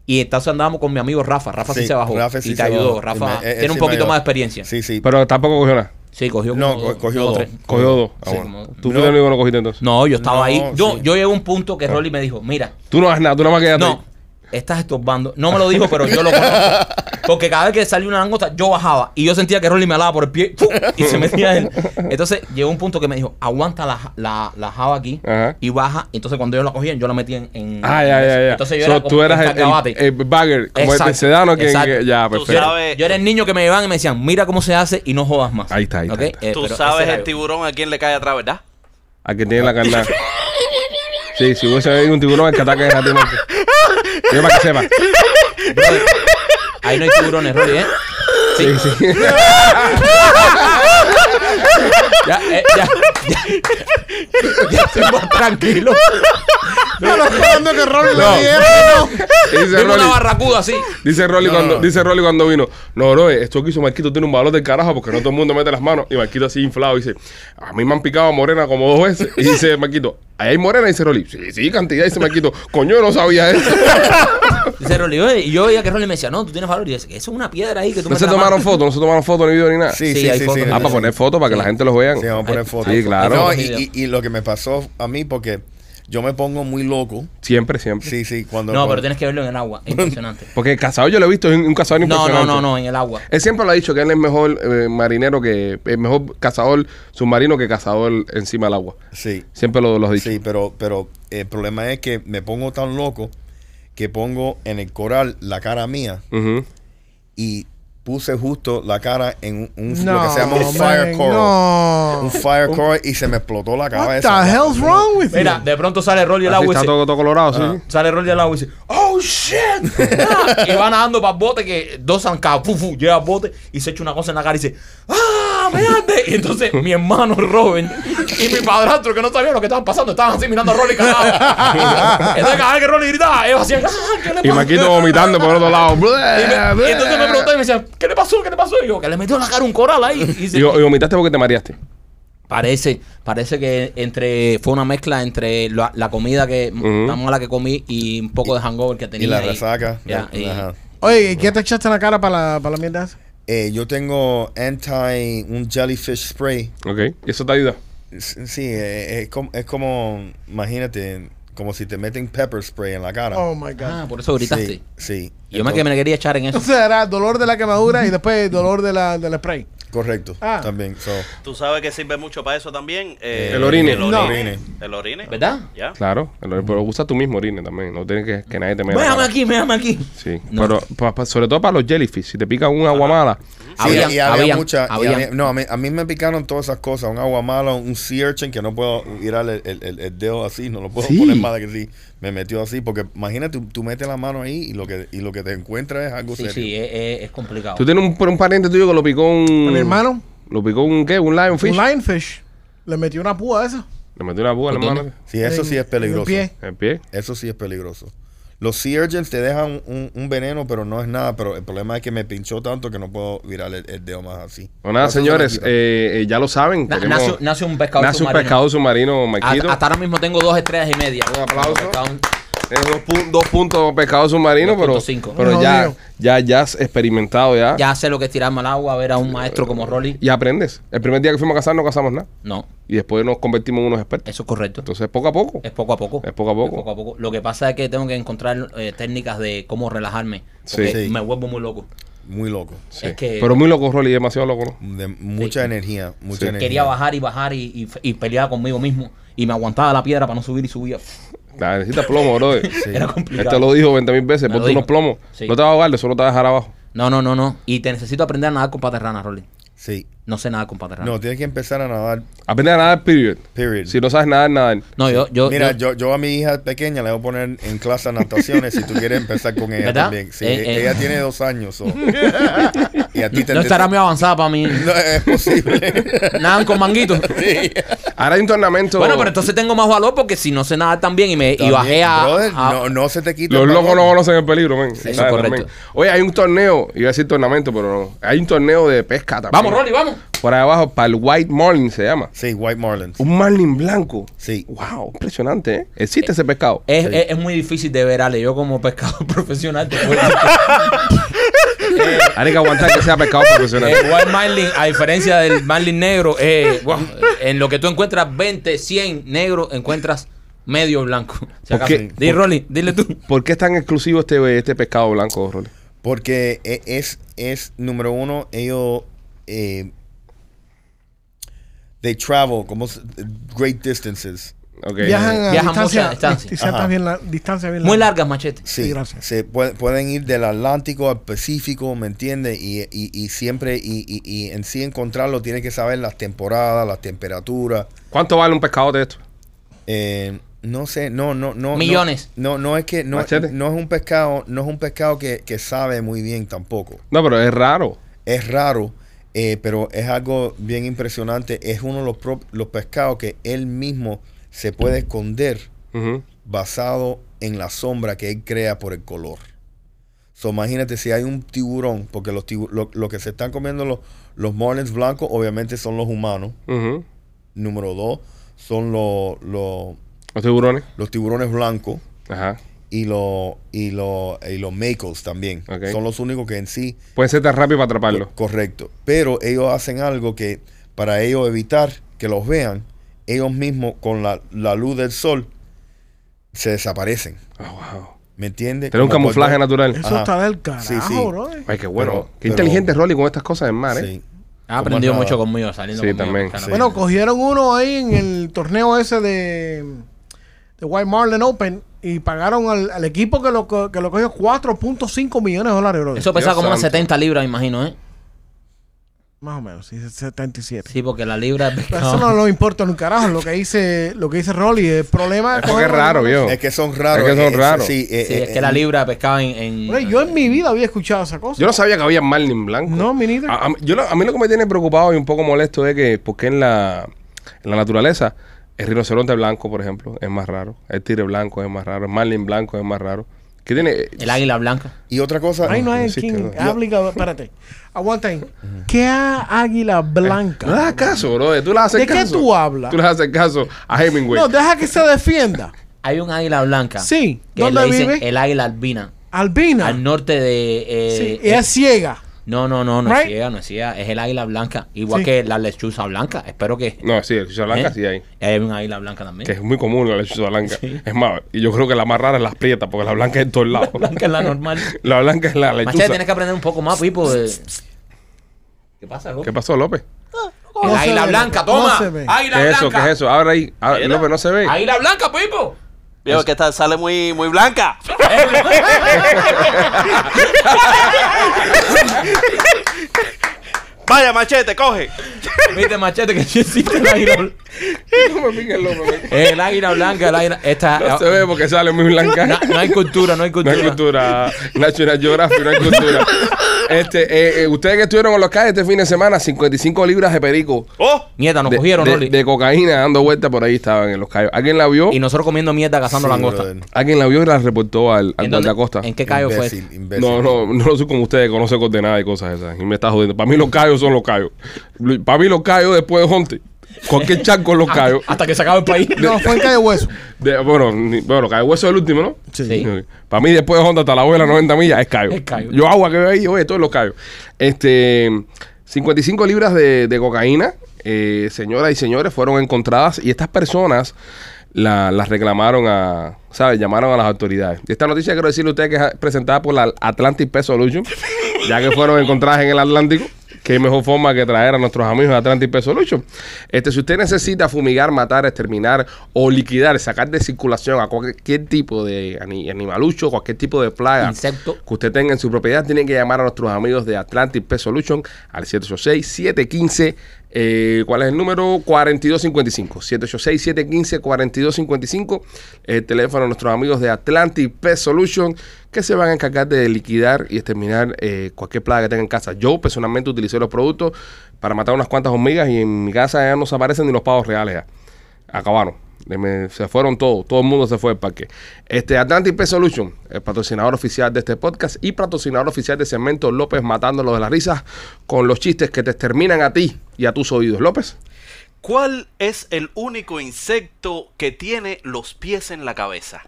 [SPEAKER 2] Y entonces andábamos con mi amigo Rafa. Rafa sí,
[SPEAKER 5] Sí,
[SPEAKER 2] se bajó.
[SPEAKER 5] Rafa sí
[SPEAKER 2] y te
[SPEAKER 5] se
[SPEAKER 2] ayudó.
[SPEAKER 5] bajó.
[SPEAKER 2] Rafa
[SPEAKER 5] Y me- eh,
[SPEAKER 2] tiene
[SPEAKER 5] sí
[SPEAKER 2] un
[SPEAKER 5] me
[SPEAKER 2] poquito
[SPEAKER 5] ayudó.
[SPEAKER 2] más de experiencia. Sí,
[SPEAKER 5] Sí, sí.
[SPEAKER 1] Pero tampoco cogió nada.
[SPEAKER 2] cogió
[SPEAKER 5] no,
[SPEAKER 2] como
[SPEAKER 5] co- cogió
[SPEAKER 2] como
[SPEAKER 5] dos.
[SPEAKER 2] tres.
[SPEAKER 1] Cogió dos. Ah,
[SPEAKER 5] Sí.
[SPEAKER 1] bueno. Tú
[SPEAKER 5] No.
[SPEAKER 1] fuiste el único que lo cogiste entonces.
[SPEAKER 2] No, yo estaba
[SPEAKER 5] No,
[SPEAKER 2] ahí. Yo,
[SPEAKER 5] sí.
[SPEAKER 2] yo llegué a un punto
[SPEAKER 1] Ah.
[SPEAKER 2] que Rolly me dijo, mira,
[SPEAKER 1] Tú no haces nada, tú nada más quedaste.
[SPEAKER 2] no, estás estorbando. No me lo dijo, pero yo lo conozco. Porque cada vez que salía una langosta, yo bajaba. Y yo sentía que Rolly me alaba por el pie ¡pum! y se metía él. Entonces llegó un punto que me dijo, aguanta la, la, la java aquí
[SPEAKER 1] Ajá.
[SPEAKER 2] y baja. Entonces cuando yo la cogía, yo la metía en... en-
[SPEAKER 1] Ah, ya, ya, ya.
[SPEAKER 2] Entonces yo
[SPEAKER 1] So,
[SPEAKER 2] era como
[SPEAKER 1] tú eras
[SPEAKER 2] un
[SPEAKER 1] el,
[SPEAKER 2] cargabate.
[SPEAKER 1] el, el bagger, como el de
[SPEAKER 2] Exacto,
[SPEAKER 1] sedano que,
[SPEAKER 2] exacto.
[SPEAKER 1] que- Ya, pues,
[SPEAKER 4] Tú
[SPEAKER 1] perfecto.
[SPEAKER 4] sabes-
[SPEAKER 2] yo era el niño que me llevaban y me decían, mira cómo se hace y no jodas más.
[SPEAKER 1] Ahí está, ahí está,
[SPEAKER 2] ¿Ok?
[SPEAKER 1] ahí está.
[SPEAKER 2] Eh,
[SPEAKER 4] Tú
[SPEAKER 2] pero
[SPEAKER 4] sabes
[SPEAKER 2] ese era
[SPEAKER 4] el
[SPEAKER 2] yo.
[SPEAKER 4] tiburón a quién le cae atrás, ¿verdad?
[SPEAKER 1] Al que tiene la carnada. Sí, si hubiese habido un tiburón, el que ataque es a ti, Marco. Yo para que sepa.
[SPEAKER 2] Brother, ahí no hay tiburones, Rolly, ¿eh?
[SPEAKER 1] Sí, sí.
[SPEAKER 2] Ya, eh, ya, ya. Ya estoy más tranquilo.
[SPEAKER 3] No, no, esperando que Rolly
[SPEAKER 1] No.
[SPEAKER 3] lo diera. no.
[SPEAKER 1] Dice
[SPEAKER 2] Vino una
[SPEAKER 1] Rolly,
[SPEAKER 2] barracuda así.
[SPEAKER 1] dice Rolly
[SPEAKER 5] No, no,
[SPEAKER 1] cuando,
[SPEAKER 5] no.
[SPEAKER 1] dice Rolly cuando vino. No, bro, esto que hizo Marquito tiene un valor del carajo porque no todo el mundo mete las manos. Y Marquito así inflado dice, a mí me han picado morena como dos veces. Y dice Marquito, ahí hay morena, dice Rolly. Sí, sí, cantidad, dice Marquito. Coño, yo no sabía eso.
[SPEAKER 2] Dice Rolly, oye, y yo veía que Rolly me decía, no, tú tienes valor. Y dice, que eso es una piedra ahí que tú
[SPEAKER 1] No se
[SPEAKER 2] metes la
[SPEAKER 1] tomaron
[SPEAKER 2] mano".
[SPEAKER 1] fotos, no se tomaron fotos ni video ni nada.
[SPEAKER 5] Sí,
[SPEAKER 2] Sí,
[SPEAKER 5] sí,
[SPEAKER 2] hay
[SPEAKER 5] sí,
[SPEAKER 2] fotos
[SPEAKER 5] sí,
[SPEAKER 2] de-
[SPEAKER 1] Ah, para poner fotos para que la gente los vea.
[SPEAKER 5] Sí, vamos a poner
[SPEAKER 2] Sí,
[SPEAKER 5] fotos.
[SPEAKER 1] claro.
[SPEAKER 5] No, y, y- y lo que me pasó a mí, porque yo me pongo muy loco.
[SPEAKER 1] Siempre, siempre.
[SPEAKER 5] Sí, sí, cuando.
[SPEAKER 2] No, pero
[SPEAKER 5] cuando-
[SPEAKER 2] tienes que verlo en el agua. Es impresionante.
[SPEAKER 1] Porque el cazador yo lo he visto, es un un cazador
[SPEAKER 2] No, no,
[SPEAKER 1] impresionante.
[SPEAKER 2] no, no, en el agua.
[SPEAKER 1] Él siempre lo ha dicho que él es mejor eh, marinero que. Es mejor cazador submarino que cazador encima del agua.
[SPEAKER 5] Sí,
[SPEAKER 1] Siempre lo, lo has dicho.
[SPEAKER 5] sí, pero, pero el problema es que me pongo tan loco que pongo en el coral la cara mía
[SPEAKER 1] Ujú.
[SPEAKER 5] y puse justo la cara en un, un-
[SPEAKER 3] No,
[SPEAKER 5] lo que se llama un
[SPEAKER 3] man,
[SPEAKER 5] fire coral.
[SPEAKER 3] no.
[SPEAKER 5] Un fire coral y se me explotó la
[SPEAKER 3] What
[SPEAKER 5] cabeza.
[SPEAKER 3] the hell's wrong with
[SPEAKER 2] Mira,
[SPEAKER 3] you?
[SPEAKER 2] de pronto sale Rolly al
[SPEAKER 1] Así
[SPEAKER 2] agua y
[SPEAKER 1] está
[SPEAKER 2] dice,
[SPEAKER 1] todo, todo colorado, sí.
[SPEAKER 2] sale Rolly al agua y dice, ¡Oh, shit! Ah, y va nadando para el bote que dos zancados, fu, fu, llega al bote y se echa una cosa en la cara y dice, ¡Ah, me arde! Y entonces mi hermano Robin y mi padrastro que no sabían lo que estaban pasando, estaban así mirando a Rolly cagado. Entonces cada vez que Rolly gritaba, ellos hacían, ¡Ah, qué le
[SPEAKER 1] Y
[SPEAKER 2] pasó!
[SPEAKER 1] Maquito vomitando por otro lado.
[SPEAKER 2] Y me- y entonces me preguntaban y me decían, ¿qué le pasó? ¿Qué le pasó? Y yo, que le metió en la cara un coral ahí. Y dice,
[SPEAKER 1] Y, y vomitaste porque te mareaste.
[SPEAKER 2] Parece, parece que entre fue una mezcla entre la, la comida que
[SPEAKER 1] Ujú.
[SPEAKER 2] la mala que comí y un poco de hangover que tenía.
[SPEAKER 5] Y la
[SPEAKER 2] ahí.
[SPEAKER 5] resaca.
[SPEAKER 2] Ya, y-
[SPEAKER 5] Ajá.
[SPEAKER 3] Oye, ¿y ¿qué te echaste en la cara para la, para la mierda esa?
[SPEAKER 5] Eh, yo tengo anti, un jellyfish spray.
[SPEAKER 1] Ok. ¿Y eso te ayuda?
[SPEAKER 5] S- Sí, eh, es, como, es como, imagínate, como si te meten pepper spray en la cara.
[SPEAKER 3] Oh my God.
[SPEAKER 2] Ah, por eso gritaste.
[SPEAKER 5] Sí, sí.
[SPEAKER 2] Yo me, que me quería echar en eso.
[SPEAKER 3] Entonces era dolor de la quemadura y después dolor de la, del spray.
[SPEAKER 5] Correcto,
[SPEAKER 3] Ah.
[SPEAKER 5] también. so.
[SPEAKER 4] Tú sabes que sirve mucho para eso también. Eh,
[SPEAKER 1] El orine.
[SPEAKER 4] El
[SPEAKER 3] No.
[SPEAKER 4] orine. El orine.
[SPEAKER 2] ¿Verdad?
[SPEAKER 4] Ya.
[SPEAKER 1] Claro. Pero pero usa tú mismo orine también. No tienes que que nadie te meta.
[SPEAKER 2] Véame
[SPEAKER 1] la
[SPEAKER 2] aquí, véame aquí.
[SPEAKER 1] Sí.
[SPEAKER 2] No.
[SPEAKER 1] Pero pa- pa- sobre todo para los jellyfish. Si te pica un agua mala.
[SPEAKER 5] Sí,
[SPEAKER 2] Habían,
[SPEAKER 5] y había
[SPEAKER 2] habían,
[SPEAKER 5] mucha- y
[SPEAKER 2] habían.
[SPEAKER 5] había- no, a mí, a mí me picaron todas esas cosas. Un agua mala, un sea urchin que no puedo girar el, el- el- el dedo así, no lo puedo
[SPEAKER 1] Sí.
[SPEAKER 5] poner más de que sí. Me metió así, porque imagínate, tú, tú metes la mano ahí y lo que, y lo que te encuentras es algo
[SPEAKER 2] Sí,
[SPEAKER 5] serio.
[SPEAKER 2] sí, es, es- es complicado.
[SPEAKER 1] Tú tienes un, un pariente tuyo que lo picó un.
[SPEAKER 3] Mi hermano,
[SPEAKER 1] ¿Lo picó un qué? ¿Un lionfish?
[SPEAKER 3] un lionfish, le metió una púa a eso.
[SPEAKER 1] Le metió una púa al
[SPEAKER 2] ¿Por
[SPEAKER 1] hermano.
[SPEAKER 5] Sí, eso
[SPEAKER 3] En-
[SPEAKER 5] sí
[SPEAKER 3] en
[SPEAKER 5] es
[SPEAKER 3] el
[SPEAKER 5] peligroso.
[SPEAKER 3] pie.
[SPEAKER 1] El pie.
[SPEAKER 5] Eso sí es peligroso. Los sea urchins te dejan un, un veneno, pero no es nada. Pero el problema es que me pinchó tanto que no puedo virar el, el dedo más así.
[SPEAKER 1] Bueno, nada,
[SPEAKER 5] Eso se me
[SPEAKER 1] señores,
[SPEAKER 5] quita.
[SPEAKER 1] eh, eh, ya lo saben.
[SPEAKER 2] Na-
[SPEAKER 1] tenemos-
[SPEAKER 2] nace, nace un pescador
[SPEAKER 1] nace un
[SPEAKER 2] submarino.
[SPEAKER 1] pescado submarino, Maquito.
[SPEAKER 2] Hasta, hasta ahora mismo tengo dos estrellas y media.
[SPEAKER 1] Un aplauso.
[SPEAKER 2] Pescado-
[SPEAKER 1] Tienes dos, pun- dos puntos pescado submarino, pero,
[SPEAKER 2] 2.5.
[SPEAKER 1] pero
[SPEAKER 3] No,
[SPEAKER 1] ya,
[SPEAKER 3] mío.
[SPEAKER 1] ya, ya has experimentado ya.
[SPEAKER 2] Ya sé lo que es tirarme al agua, ver a un maestro como Rolly.
[SPEAKER 1] Y aprendes. El primer día que fuimos a cazar no cazamos nada.
[SPEAKER 2] No,
[SPEAKER 1] Y después nos convertimos en unos expertos.
[SPEAKER 2] eso es correcto.
[SPEAKER 1] Entonces, poco a poco.
[SPEAKER 2] Es poco a poco.
[SPEAKER 1] Es poco a poco.
[SPEAKER 2] Lo que pasa es que tengo que encontrar eh, técnicas de cómo relajarme. Porque
[SPEAKER 5] Sí. Sí.
[SPEAKER 2] me vuelvo muy loco.
[SPEAKER 5] Muy loco.
[SPEAKER 1] Sí.
[SPEAKER 2] es que-
[SPEAKER 1] Pero muy loco, Rolly, demasiado loco, ¿no?
[SPEAKER 5] De mucha energía, mucha
[SPEAKER 1] Sí.
[SPEAKER 5] energía.
[SPEAKER 2] Quería bajar y bajar y, y- y peleaba conmigo mismo. Y me aguantaba la piedra para no subir y subía.
[SPEAKER 1] Nah, necesitas plomo, bro.
[SPEAKER 2] Era complicado.
[SPEAKER 1] Este lo dijo 20 mil veces.
[SPEAKER 2] Me lo
[SPEAKER 1] Ponte
[SPEAKER 2] dijo.
[SPEAKER 1] unos plomos.
[SPEAKER 2] Sí.
[SPEAKER 1] No te vas a ahogar, solo te vas a dejar abajo.
[SPEAKER 2] No, no, no, no. Y te necesito aprender a nadar con paterrana, Rolly.
[SPEAKER 5] Sí.
[SPEAKER 2] No sé nada con paterrana.
[SPEAKER 5] No,
[SPEAKER 2] No,
[SPEAKER 5] tienes que empezar a nadar.
[SPEAKER 1] Aprende a nadar, period.
[SPEAKER 5] Period.
[SPEAKER 1] Si no sabes nadar, nadar.
[SPEAKER 2] yo, yo.
[SPEAKER 5] Mira,
[SPEAKER 2] yo-
[SPEAKER 5] yo, yo a mi hija pequeña le voy a poner en clase de nataciones si tú quieres empezar con ella
[SPEAKER 2] ¿Verdad?
[SPEAKER 5] también. Sí, e-
[SPEAKER 2] Eh, eh.
[SPEAKER 5] ella tiene dos años. so. y a ti te
[SPEAKER 2] no estará muy avanzada para mí.
[SPEAKER 5] No es posible.
[SPEAKER 2] Nadan con manguitos.
[SPEAKER 5] sí.
[SPEAKER 1] Ahora hay un tornamento.
[SPEAKER 2] Bueno, pero entonces tengo más valor porque si no sé nadar tan bien y me y bajé a.
[SPEAKER 5] Brother,
[SPEAKER 2] a-
[SPEAKER 5] no, no se te quita.
[SPEAKER 1] Los
[SPEAKER 5] el
[SPEAKER 1] locos
[SPEAKER 5] valor.
[SPEAKER 1] no conocen el peligro, men.
[SPEAKER 2] es
[SPEAKER 1] ¿Sabes?
[SPEAKER 2] correcto.
[SPEAKER 1] También. Oye, hay un torneo, iba a decir tornamento, pero no. Hay un torneo de pesca también.
[SPEAKER 2] Vamos, Rolly, vamos.
[SPEAKER 1] Por ahí abajo, para el White Marlin se llama.
[SPEAKER 5] Sí, White Marlins.
[SPEAKER 1] Un marlin blanco.
[SPEAKER 5] Sí.
[SPEAKER 1] Wow, impresionante, ¿eh? Existe ese pescado.
[SPEAKER 2] Es, es, es muy difícil de ver, Ale. Yo como pescador profesional te puedo decir
[SPEAKER 1] Hay que aguantar que sea pescado
[SPEAKER 2] eh,
[SPEAKER 1] profesional.
[SPEAKER 2] El White Marlin, a diferencia del Marlin negro, eh, wow, en lo que tú encuentras 20, 100 negro, encuentras medio blanco. Si
[SPEAKER 1] ¿Por
[SPEAKER 2] acaso.
[SPEAKER 1] qué?
[SPEAKER 2] Di, Rolly, dile tú.
[SPEAKER 1] ¿Por qué es tan exclusivo este, este pescado blanco, Rolly?
[SPEAKER 5] Porque e- es, es número uno, ellos. eh, they travel, como s- great distances.
[SPEAKER 1] Ok.
[SPEAKER 3] Viajan a
[SPEAKER 2] Viajan
[SPEAKER 3] distancia,
[SPEAKER 2] mucha distancia.
[SPEAKER 3] distancia
[SPEAKER 5] Ajá.
[SPEAKER 3] bien la- distancia bien
[SPEAKER 2] Muy
[SPEAKER 3] larga.
[SPEAKER 2] largas, machete.
[SPEAKER 5] Sí,
[SPEAKER 3] Sí, gracias.
[SPEAKER 5] Se puede- pueden ir del Atlántico al Pacífico, ¿me entiendes? Y, y- y siempre, y, y- y en sí encontrarlo, tienes que saber las temporadas, las temperaturas.
[SPEAKER 1] ¿Cuánto vale un pescado de esto?
[SPEAKER 5] Eh, no sé, no, no, no. no-
[SPEAKER 2] Millones.
[SPEAKER 5] No, no, es que no,
[SPEAKER 1] Machete.
[SPEAKER 5] no es un pescado, no es un pescado que, que sabe muy bien tampoco.
[SPEAKER 1] No, pero es raro.
[SPEAKER 5] Es raro, eh, pero es algo bien impresionante. Es uno de los, prop- los pescados que él mismo se puede esconder
[SPEAKER 1] Ujú.
[SPEAKER 5] basado en la sombra que él crea por el color. So, imagínate si hay un tiburón, porque los tibu- lo, lo que se están comiendo los, los marlins blancos obviamente son los humanos.
[SPEAKER 1] Ujú.
[SPEAKER 5] Número dos, son los, los,
[SPEAKER 1] Los tiburones.
[SPEAKER 5] los tiburones blancos
[SPEAKER 1] Ajá.
[SPEAKER 5] y, los y, los y los makos también.
[SPEAKER 1] Ok.
[SPEAKER 5] Son los únicos que en sí
[SPEAKER 1] Pueden ser tan rápido para atraparlo.
[SPEAKER 5] Correcto. Pero ellos hacen algo que para ellos evitar que los vean, ellos mismos con la, la luz del sol se desaparecen.
[SPEAKER 1] Oh, wow.
[SPEAKER 5] ¿Me entiendes?
[SPEAKER 1] Tener un
[SPEAKER 5] Eh, Como
[SPEAKER 1] camuflaje
[SPEAKER 5] cualquier-
[SPEAKER 1] natural.
[SPEAKER 3] Eso
[SPEAKER 5] Ajá.
[SPEAKER 3] está del carajo,
[SPEAKER 5] Sí, sí.
[SPEAKER 3] bro.
[SPEAKER 1] Ay, qué bueno.
[SPEAKER 5] Pero-
[SPEAKER 1] qué
[SPEAKER 5] pero-
[SPEAKER 1] inteligente Rolly con estas cosas en mar, ¿eh?
[SPEAKER 5] Sí.
[SPEAKER 2] Ha aprendido
[SPEAKER 5] Como
[SPEAKER 2] mucho
[SPEAKER 5] nada.
[SPEAKER 2] conmigo saliendo
[SPEAKER 1] Sí,
[SPEAKER 2] conmigo.
[SPEAKER 1] también,
[SPEAKER 2] Claro.
[SPEAKER 5] sí.
[SPEAKER 2] Bueno,
[SPEAKER 3] Bueno, cogieron uno ahí en el torneo ese de, de White Marlin Open y pagaron al, al equipo que lo, co- que lo cogió 4.5 millones de dólares, bro.
[SPEAKER 2] Eso pesa
[SPEAKER 1] Dios
[SPEAKER 2] como unas
[SPEAKER 1] santo.
[SPEAKER 2] 70 libras, me imagino, ¿eh?
[SPEAKER 3] Más o menos, sí, 77.
[SPEAKER 2] Sí, porque la libra es
[SPEAKER 3] Pero eso
[SPEAKER 2] pescado.
[SPEAKER 3] no nos importa un carajo lo que dice, lo que dice Rolly. El problema
[SPEAKER 1] Es porque es raro, viejo.
[SPEAKER 5] Es que son raros.
[SPEAKER 1] Oh. Es que son
[SPEAKER 5] eh,
[SPEAKER 1] raros.
[SPEAKER 5] Sí, eh,
[SPEAKER 2] Sí,
[SPEAKER 5] eh,
[SPEAKER 2] es que la
[SPEAKER 5] eh,
[SPEAKER 2] libra de pescado en... en-
[SPEAKER 3] Bro, yo en mi vida había escuchado esa cosa.
[SPEAKER 1] Yo no sabía que había Marlin Blanco.
[SPEAKER 3] No, mi neither.
[SPEAKER 1] A, a mí- yo lo- a mí lo que me tiene preocupado y un poco molesto es que, porque en la, en la naturaleza, el rinoceronte blanco, por ejemplo, es más raro. El tigre blanco es más raro. El marlin blanco es más raro. ¿Qué tiene?
[SPEAKER 2] El águila blanca.
[SPEAKER 5] Y otra cosa.
[SPEAKER 3] Ahí no hay
[SPEAKER 1] existe,
[SPEAKER 3] quien.
[SPEAKER 1] ¿no? Yo-
[SPEAKER 3] Águila, espérate. Aguanta ahí. ¿Qué ha- águila blanca?
[SPEAKER 1] No le das caso, bro. Tú le haces
[SPEAKER 3] ¿De qué
[SPEAKER 1] caso.
[SPEAKER 3] tú hablas?
[SPEAKER 1] Tú le haces caso a Hemingway.
[SPEAKER 3] No, deja que se defienda.
[SPEAKER 2] Hay un águila blanca.
[SPEAKER 3] Sí,
[SPEAKER 2] Que
[SPEAKER 3] ¿dónde
[SPEAKER 2] le dicen
[SPEAKER 3] vive?
[SPEAKER 2] el águila albina.
[SPEAKER 3] Albina.
[SPEAKER 2] Al norte de... eh,
[SPEAKER 3] Sí, ella es ciega.
[SPEAKER 2] No, no, no, no
[SPEAKER 3] Right?
[SPEAKER 2] es ciega, no es ciega. Es el águila blanca. Igual
[SPEAKER 3] Sí.
[SPEAKER 2] que la lechuza blanca. Espero que...
[SPEAKER 1] No, sí, el lechuza blanca
[SPEAKER 2] ¿eh?
[SPEAKER 1] sí hay.
[SPEAKER 2] Hay un águila blanca también.
[SPEAKER 1] Que es muy común la lechuza blanca. Es más, y yo creo que la más rara es la prieta, porque la blanca es en todos lados.
[SPEAKER 2] Blanca es la normal.
[SPEAKER 1] La blanca es la
[SPEAKER 2] Machete,
[SPEAKER 1] lechuza.
[SPEAKER 2] tienes que aprender un poco más, Pipo. de- ¿Qué pasa, loco?
[SPEAKER 1] ¿Qué pasó, López?
[SPEAKER 3] No
[SPEAKER 2] El Oh.
[SPEAKER 3] se
[SPEAKER 2] águila
[SPEAKER 3] ve,
[SPEAKER 2] blanca,
[SPEAKER 3] no
[SPEAKER 2] toma.
[SPEAKER 3] se ve.
[SPEAKER 1] ¿Qué
[SPEAKER 2] Águila
[SPEAKER 1] es eso? ¿Qué
[SPEAKER 2] blanca.
[SPEAKER 1] es eso? Ahora ahí. Ahora-
[SPEAKER 2] Mira.
[SPEAKER 1] López no se ve.
[SPEAKER 2] Águila blanca, Pipo.
[SPEAKER 4] Viejo, que esta sale muy, muy blanca. Vaya, machete, coge.
[SPEAKER 2] Viste, machete, que sí existe el águila blanca.
[SPEAKER 1] No me piques, López.
[SPEAKER 2] El águila blanca, el águila. Esta,
[SPEAKER 1] No se ve porque sale muy blanca.
[SPEAKER 2] no, no hay cultura, no hay
[SPEAKER 1] No
[SPEAKER 2] cultura.
[SPEAKER 1] hay cultura. National Geographic, no hay cultura. Este, eh, eh, ustedes que estuvieron en los calles este fin de semana, 55 libras de perico.
[SPEAKER 4] Oh,
[SPEAKER 2] Mierda, nos
[SPEAKER 1] de,
[SPEAKER 2] cogieron,
[SPEAKER 1] de-
[SPEAKER 2] Rolly.
[SPEAKER 1] de cocaína dando vueltas por ahí estaban en los callos. ¿Alguien la vio?
[SPEAKER 2] Y nosotros comiendo mierda cazando
[SPEAKER 5] sí,
[SPEAKER 2] langosta.
[SPEAKER 5] brother.
[SPEAKER 1] Alguien la vio y la reportó al, al
[SPEAKER 2] ¿En dónde-
[SPEAKER 1] guardacosta.
[SPEAKER 2] ¿En qué callo fue?
[SPEAKER 5] Imbécil, imbécil.
[SPEAKER 1] No, no, no lo sé como ustedes, conoce coordenadas y cosas esas. Y me está jodiendo. Para mí los callos son los callos. Para mí los callos después de Honte. Cualquier charco es los
[SPEAKER 2] Ah,
[SPEAKER 1] callos.
[SPEAKER 2] Hasta que se acaba el país.
[SPEAKER 3] No, fue en Calle Hueso.
[SPEAKER 1] De- bueno, ni- bueno, Cayo Hueso es el último, ¿no?
[SPEAKER 3] Sí.
[SPEAKER 1] Para mí, después de Honda hasta la abuela 90 millas, es Cayo.
[SPEAKER 2] Es Cayo.
[SPEAKER 1] Yo agua que veo ahí, oye, todos los Cayos. Este, 55 libras de, de cocaína, eh, señoras y señores, fueron encontradas y estas personas la- las reclamaron a, ¿sabes? Llamaron a las autoridades. Y esta noticia quiero decirle a ustedes que es presentada por la Atlantic Pest Solution, ya que fueron encontradas en el Atlántico. Qué mejor forma que traer a nuestros amigos de Atlantic Pest Solution. Este, si usted necesita fumigar, matar, exterminar o liquidar, sacar de circulación a cualquier tipo de ani- animalucho, cualquier tipo de plaga
[SPEAKER 2] Insecto.
[SPEAKER 1] que usted tenga en su propiedad, tiene que llamar a nuestros amigos de Atlantic Pest Solution al 786-715. eh, ¿Cuál es el número? 4255. 786-715-4255. El teléfono de nuestros amigos de Atlantic Pest Solution que se van a encargar de liquidar y exterminar eh, cualquier plaga que tenga en casa. Yo personalmente utilicé los productos para matar unas cuantas hormigas y en mi casa ya no se aparecen ni los pavos reales. ya acabaron. Le me- se fueron todos, todo el mundo se fue del parque. Este Atlantic Pest Solution, el patrocinador oficial de este podcast y patrocinador oficial de Cemento López matándolo de las risas con los chistes que te exterminan a ti y a tus oídos. López,
[SPEAKER 4] ¿cuál es el único insecto que tiene los pies en la cabeza?